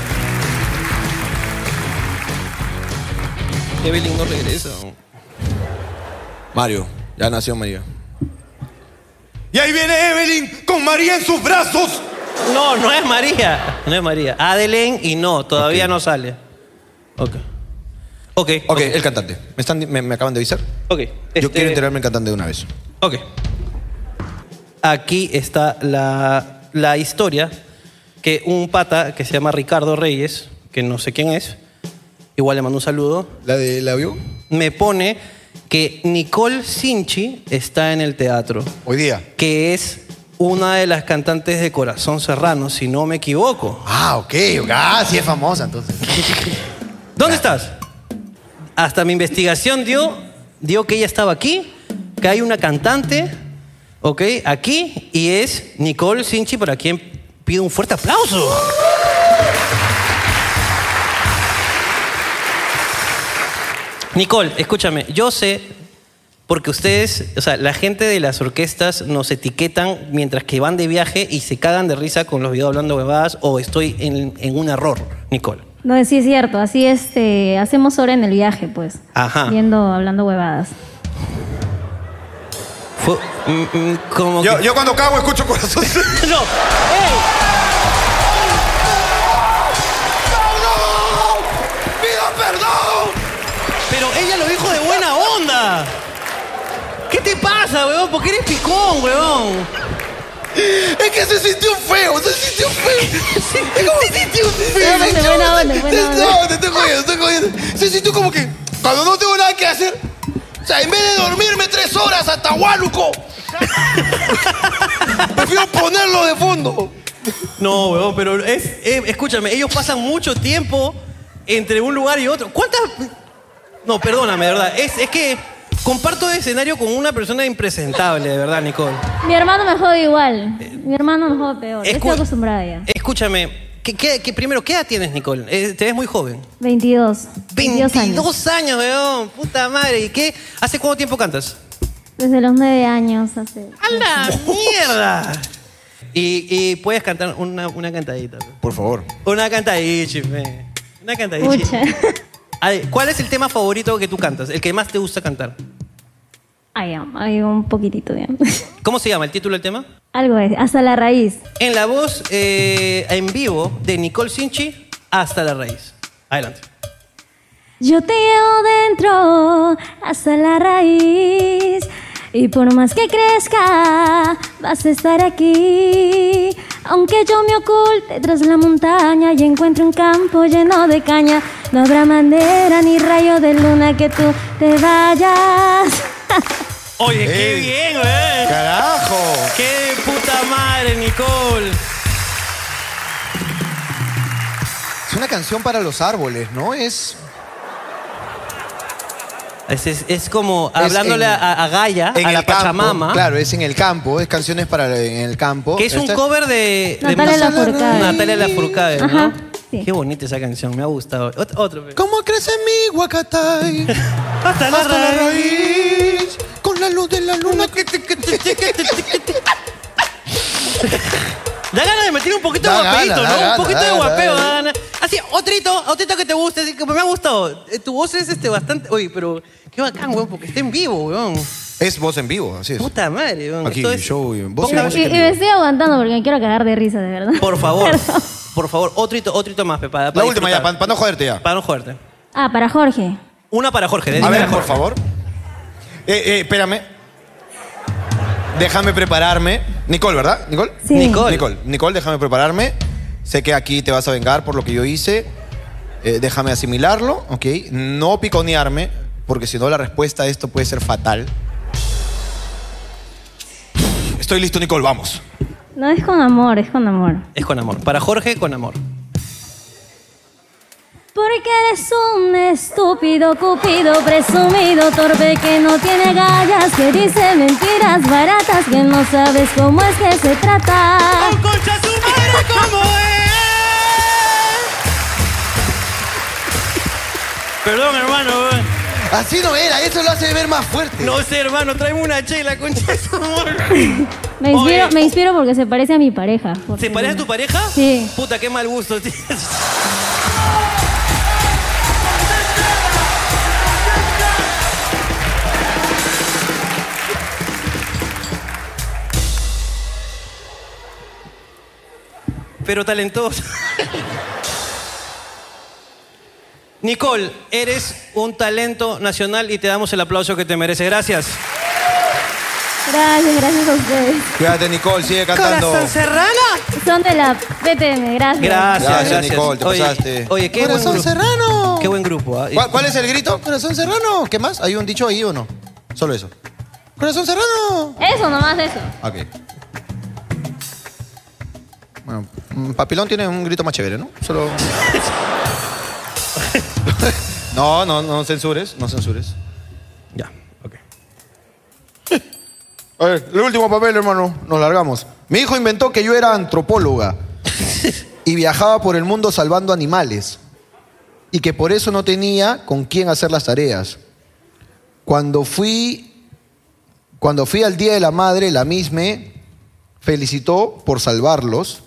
Speaker 1: Evelyn no regresa.
Speaker 2: Mario, ya nació María. Y ahí viene Evelyn con María en sus brazos.
Speaker 1: No, no es María. No es María. Adelén y no, todavía no sale. Ok. Ok.
Speaker 2: Ok, el cantante. ¿Me, están, me, me acaban de avisar?
Speaker 1: Ok.
Speaker 2: Yo
Speaker 1: este,
Speaker 2: quiero enterarme del cantante de una vez.
Speaker 1: Ok. Aquí está la, la historia que un pata que se llama Ricardo Reyes, que no sé quién es, igual le mando un saludo.
Speaker 2: ¿La del avión?
Speaker 1: Me pone que Nicole Sinchi está en el teatro.
Speaker 2: Hoy día.
Speaker 1: Que es una de las cantantes de Corazón Serrano, si no me equivoco.
Speaker 6: Ah, ok, ah, sí es famosa entonces.
Speaker 1: ¿Dónde estás? Hasta mi investigación dio, dio que ella estaba aquí, que hay una cantante, ¿ok? Aquí, y es Nicole Sinchi, para quien pido un fuerte aplauso. Nicole, escúchame, yo sé, porque ustedes, o sea, la gente de las orquestas nos etiquetan mientras que van de viaje y se cagan de risa con los videos hablando huevadas o estoy en, en un error, Nicole.
Speaker 17: No, sí es cierto, así este, hacemos hora en el viaje, pues.
Speaker 1: Ajá.
Speaker 17: Viendo, hablando huevadas.
Speaker 1: Fue- mm, mm, como
Speaker 2: Yo,
Speaker 1: que-
Speaker 2: yo cuando cago escucho corazón.
Speaker 1: no.
Speaker 6: ¡Perdón! ¡Pido perdón!
Speaker 1: Pero ella lo dijo de buena onda. ¿Qué te pasa, huevón? ¿Por qué eres picón, huevón?
Speaker 6: Es que se sintió feo, se sintió feo. Es como se sintió feo.
Speaker 17: Buena onda,
Speaker 6: se sintió-
Speaker 17: buena onda, buena onda.
Speaker 6: No, te estoy jodiendo, te estoy jodiendo. Se sintió como que cuando no tengo nada que hacer. O sea, en vez de dormirme tres horas hasta Huánuco, prefiero ponerlo de fondo.
Speaker 1: No, huevón, pero es, eh, escúchame, ellos pasan mucho tiempo entre un lugar y otro. ¿Cuántas? No, perdóname, de verdad. Es, es que comparto de escenario con una persona impresentable, de verdad, Nicole.
Speaker 17: Mi hermano me jode igual. Mi hermano me jode peor. Estoy acostumbrada ya.
Speaker 1: Escúchame, ¿qué, qué- qué- primero, ¿qué edad tienes, Nicole? Eh, te ves muy joven.
Speaker 17: 22.
Speaker 1: 22
Speaker 17: años.
Speaker 1: años, weón. Puta madre. ¿Y qué? ¿Hace cuánto tiempo cantas?
Speaker 17: Desde los 9 años hace.
Speaker 1: ¡A la mierda! Y, y puedes cantar una, una cantadita. pe.
Speaker 2: Por favor.
Speaker 1: Una cantadita, pe. Una cantadita.
Speaker 17: Pucha.
Speaker 1: Ay, ¿Cuál es el tema favorito que tú cantas? El que más te gusta cantar.
Speaker 17: Ay, am- ay, un poquitito bien.
Speaker 1: ¿Cómo se llama el título del tema?
Speaker 17: Algo es. Hasta la raíz.
Speaker 1: En la voz eh, en vivo de Nicole Sinchi, Hasta la Raíz. Adelante.
Speaker 17: Yo te llevo dentro hasta la raíz y por más que crezca vas a estar aquí. Aunque yo me oculte tras la montaña y encuentre un campo lleno de caña, no habrá manera ni rayo de luna que tú te vayas.
Speaker 1: Oye, qué bien, güey.
Speaker 2: Carajo.
Speaker 1: Qué de puta madre, Nicole.
Speaker 2: Es una canción para los árboles, ¿no? Es.
Speaker 1: Es, es- es como hablándole
Speaker 2: en-
Speaker 1: a, a Gaia,
Speaker 2: en
Speaker 1: Ah, a la
Speaker 2: el campo,
Speaker 1: Pachamama,
Speaker 2: Claro, es en el campo, es canciones para en el campo.
Speaker 1: que es un
Speaker 2: Esta-
Speaker 1: cover de, de Masa-
Speaker 17: Natalia Lafourcade.
Speaker 1: Natalia Lafourcade, ¿no?
Speaker 17: Ajá,
Speaker 1: Qué bonita esa canción, me ha gustado. Ot- otro. pues. pe.
Speaker 6: ¿Cómo crece mi huacatay?
Speaker 1: Hasta la
Speaker 6: raíz. Con la luz de la luna.
Speaker 1: Da ganas de meter un poquito
Speaker 6: Da
Speaker 1: de guapeito,
Speaker 6: ganas, da
Speaker 1: ¿no?
Speaker 6: ganas,
Speaker 1: un poquito
Speaker 6: da
Speaker 1: de
Speaker 6: ganas,
Speaker 1: guapeo,
Speaker 6: da
Speaker 1: da ganas. Así, otrito, otrito que te guste, así que me ha gustado. Eh, Tu voz es este bastante. Oye, pero qué bacán, weón, porque está en vivo, weón.
Speaker 2: Es voz en vivo, así es.
Speaker 1: Puta madre, weón.
Speaker 2: Aquí,
Speaker 1: esto es-
Speaker 2: show, voz
Speaker 17: Y,
Speaker 2: en voz en
Speaker 17: y- y
Speaker 2: vivo.
Speaker 17: me estoy aguantando porque me quiero cagar de risa, de verdad.
Speaker 1: Por favor, por favor, otrito, otrito más, Pepa.
Speaker 2: La última ya, para no joderte ya.
Speaker 1: Para no joderte.
Speaker 17: Ah, para Jorge.
Speaker 1: Una para Jorge.
Speaker 2: A
Speaker 1: dedícala
Speaker 2: ver,
Speaker 1: a
Speaker 2: por
Speaker 1: Jorge.
Speaker 2: favor. Eh, eh, espérame. Déjame prepararme. Nicole, ¿verdad? ¿Nicole?
Speaker 17: Sí.
Speaker 2: Nicole.
Speaker 17: Nicole.
Speaker 2: Nicole, déjame prepararme. Sé que aquí te vas a vengar por lo que yo hice. Eh, déjame asimilarlo, ¿ok? No piconearme, porque si no la respuesta a esto puede ser fatal. Estoy listo, Nicole, vamos.
Speaker 17: No es con amor, es con amor.
Speaker 1: Es con amor. Para Jorge, con amor.
Speaker 17: Porque eres un estúpido, cupido, presumido, torpe que no tiene gallas, que dice mentiras baratas, que no sabes cómo es que se trata.
Speaker 1: concha su madre como Perdón, hermano. eh. weón.
Speaker 6: Así no era, eso lo hace ver más fuerte.
Speaker 1: No sé, hermano, tráeme una chela, concha de su madre.
Speaker 17: Me inspiro, me inspiro porque se parece a mi pareja. porque-
Speaker 1: ¿Se parece a tu pareja?
Speaker 17: Sí.
Speaker 1: Puta, qué mal gusto tienes. Pero talentoso. Nicole, eres un talento nacional y te damos el aplauso que te mereces. Gracias.
Speaker 17: Gracias, gracias a ustedes.
Speaker 2: Cuídate, Nicole, sigue cantando.
Speaker 1: serrano.
Speaker 17: Son de la PTM,
Speaker 1: Gracias,
Speaker 17: gracias.
Speaker 2: Gracias,
Speaker 1: gracias.
Speaker 2: Nicole, te
Speaker 1: oye,
Speaker 2: pasaste.
Speaker 1: Oye, qué buen
Speaker 2: Corazón
Speaker 1: grupo.
Speaker 2: serrano.
Speaker 1: Qué buen grupo. ¿ah?
Speaker 2: ¿Cuál, cuál es el grito? ¿Corazón serrano? ¿Qué más? ¿Hay un dicho ahí o no? Solo eso. ¡Corazón serrano!
Speaker 17: Eso, nomás eso.
Speaker 2: Ok. Bueno, mm, Papilón tiene un grito más chévere, ¿no? Solo. no, no, no censures, no censures.
Speaker 1: Ya,
Speaker 2: ok. A ver, el último papel, hermano. Nos largamos. Mi hijo inventó que yo era antropóloga y viajaba por el mundo salvando animales y que por eso no tenía con quién hacer las tareas. Cuando fui, cuando fui al Día de la Madre, la misma felicitó por salvarlos.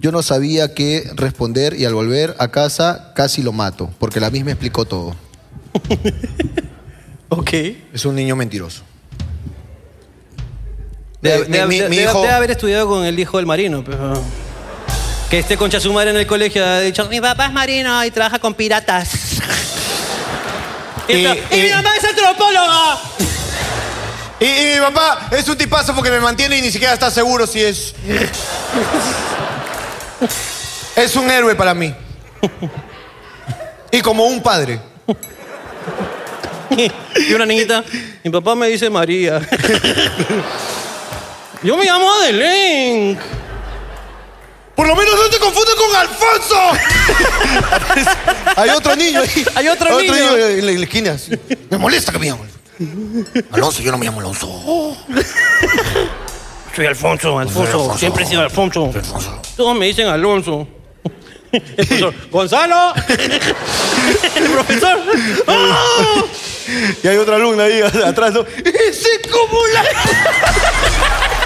Speaker 2: Yo no sabía qué responder y al volver a casa casi lo mato, porque la misma explicó todo.
Speaker 1: ok.
Speaker 2: Es un niño mentiroso.
Speaker 1: Debe,
Speaker 2: Mi-
Speaker 1: debe-
Speaker 2: mi- mi
Speaker 1: debe-
Speaker 2: hijo-
Speaker 1: debe haber estudiado con el hijo del marino. pero- Que esté concha su madre en el colegio. Ha dicho, mi papá es marino y trabaja con piratas. Y,
Speaker 2: y-
Speaker 1: mi mamá es antropóloga.
Speaker 2: Y, y mi papá es un tipazo porque me mantiene y ni siquiera está seguro si es. Es un héroe para mí. Y como un padre.
Speaker 1: Y una niñita, mi papá me dice María. Yo me llamo Adelén.
Speaker 2: Por lo menos no te confundas con Alfonso. Hay otro niño ahí.
Speaker 1: Hay otro niño.
Speaker 2: en, la, en la esquina. así. Me molesta que me llamen. Alonso, yo no me llamo Alonso.
Speaker 1: Soy Alfonso, Alfonso. Siempre he sido Alfonso. Todos me dicen Alonso. El profesor, Gonzalo. El profesor. ¡Ah!
Speaker 2: Y hay otra alumna ahí atrás, ¿no?
Speaker 1: ¡Ese como la...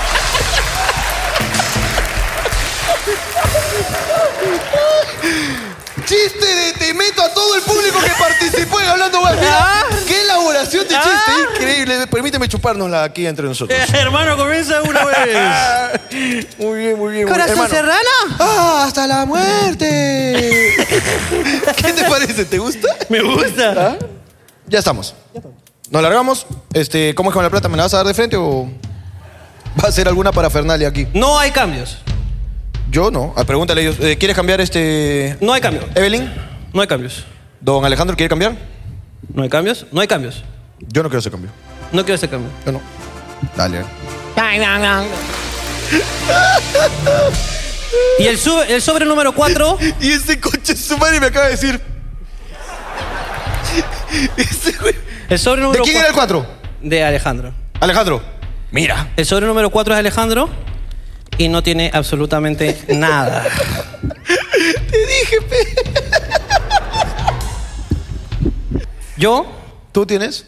Speaker 2: Chiste de te meto a todo el público que participó en Hablando Huevas. Mira,
Speaker 1: Ah.
Speaker 2: Qué elaboración de chiste,
Speaker 1: Ah.
Speaker 2: increíble. Permíteme chupárnosla aquí entre nosotros.
Speaker 1: Eh, hermano, comienza una vez.
Speaker 2: Muy bien, muy bien. muy bien.
Speaker 1: Corazón
Speaker 2: Hermano, ¡Ah,
Speaker 1: serrano.
Speaker 2: hasta la muerte. ¿Qué te parece? ¿Te gusta?
Speaker 1: Me
Speaker 2: ¿Ah?
Speaker 1: gusta.
Speaker 2: Ya estamos. Nos largamos. Este, ¿Cómo es con la plata? ¿Me la vas a dar de frente o va a ser alguna parafernalia aquí?
Speaker 1: No hay cambios.
Speaker 2: Yo no. Ah, pregúntale a ellos. Eh, ¿Quieres cambiar este...?
Speaker 1: No hay cambio.
Speaker 2: Evelyn.
Speaker 1: No hay cambios.
Speaker 2: ¿Don Alejandro quiere cambiar?
Speaker 1: No hay cambios. No hay cambios.
Speaker 2: Yo no quiero ese cambio.
Speaker 1: No quiero ese cambio.
Speaker 2: Yo no. Dale.
Speaker 1: Y el, sub- el sobre número 4.
Speaker 2: Y ese coche su madre me acaba de decir.
Speaker 1: El sobre número
Speaker 2: ¿De quién era el 4?
Speaker 1: De Alejandro.
Speaker 2: Alejandro. Mira.
Speaker 1: El sobre número 4 es Alejandro y no tiene absolutamente nada. Yo.
Speaker 2: ¿Tú tienes?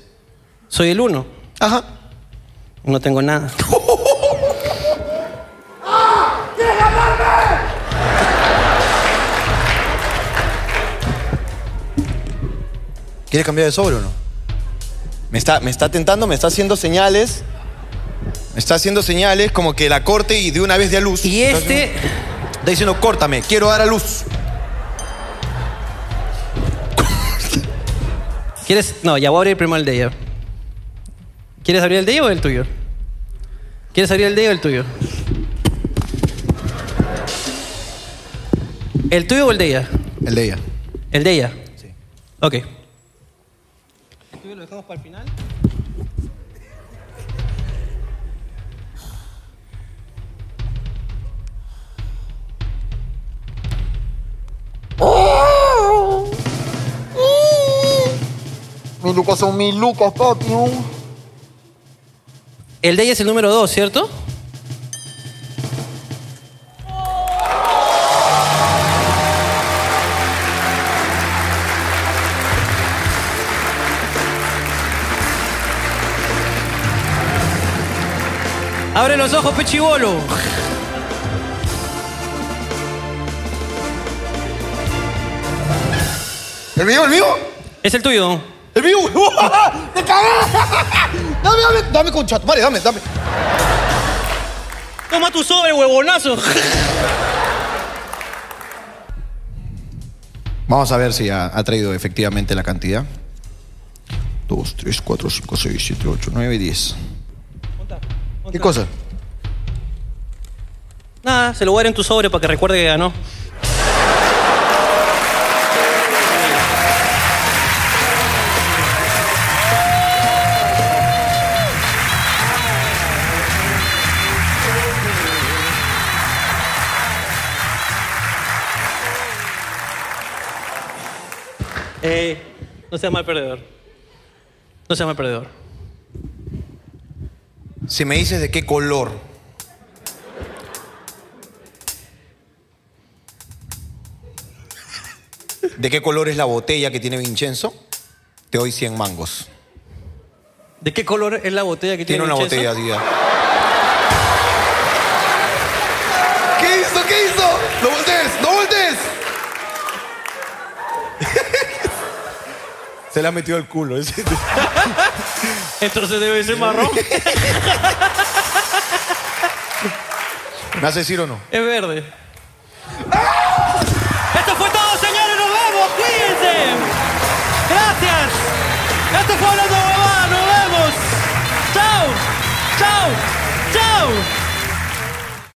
Speaker 1: Soy el 1.
Speaker 2: Ajá.
Speaker 1: No tengo nada.
Speaker 2: ¿Quieres cambiar de sobre o no? Me está, me está tentando, me está haciendo señales. Me está haciendo señales como que la corte y de una vez de a luz.
Speaker 1: Y este.
Speaker 2: Está diciendo, córtame, quiero dar a luz.
Speaker 1: ¿Quieres.? No, ya voy a abrir primero el de ella. ¿Quieres abrir el de ella o el tuyo? ¿Quieres abrir el de ella o el tuyo? ¿El tuyo o el de ella?
Speaker 2: El de ella.
Speaker 1: El de ella. Sí. Ok. lo dejamos para el final?
Speaker 7: Mil lucas son mil lucas, papi.
Speaker 1: El de ella es el número 2, ¿cierto? Abre los ojos, pechibolo.
Speaker 2: ¿El mío, el mío?
Speaker 1: Es el tuyo.
Speaker 2: ¡El mío! ¡Me cagué! Dame, dame, dame con chato. Vale, dame, dame.
Speaker 1: Toma tu sobre, huevonazo.
Speaker 2: Vamos a ver si ha, ha traído efectivamente la cantidad. 2, 3, 4, 5, 6, 7, 8, 9, 10. ¿Qué cosa?
Speaker 1: Nada, se lo voy a dar en tu sobre para que recuerde que ganó. Eh, no sea mal perdedor. No sea mal perdedor.
Speaker 2: Si me dices de qué color. ¿De qué color es la botella que tiene Vincenzo? Te doy 100 mangos.
Speaker 1: ¿De qué color es la botella que tiene
Speaker 2: Tiene una
Speaker 1: Vincenzo?
Speaker 2: botella, tía.
Speaker 6: ¿Qué hizo? ¿Qué hizo? ¡No voltees! ¡No voltees!
Speaker 2: Se la ha metido al culo.
Speaker 1: Entonces debe ser marrón.
Speaker 2: ¿Me haces decir o no?
Speaker 1: Es verde. ¡Ah!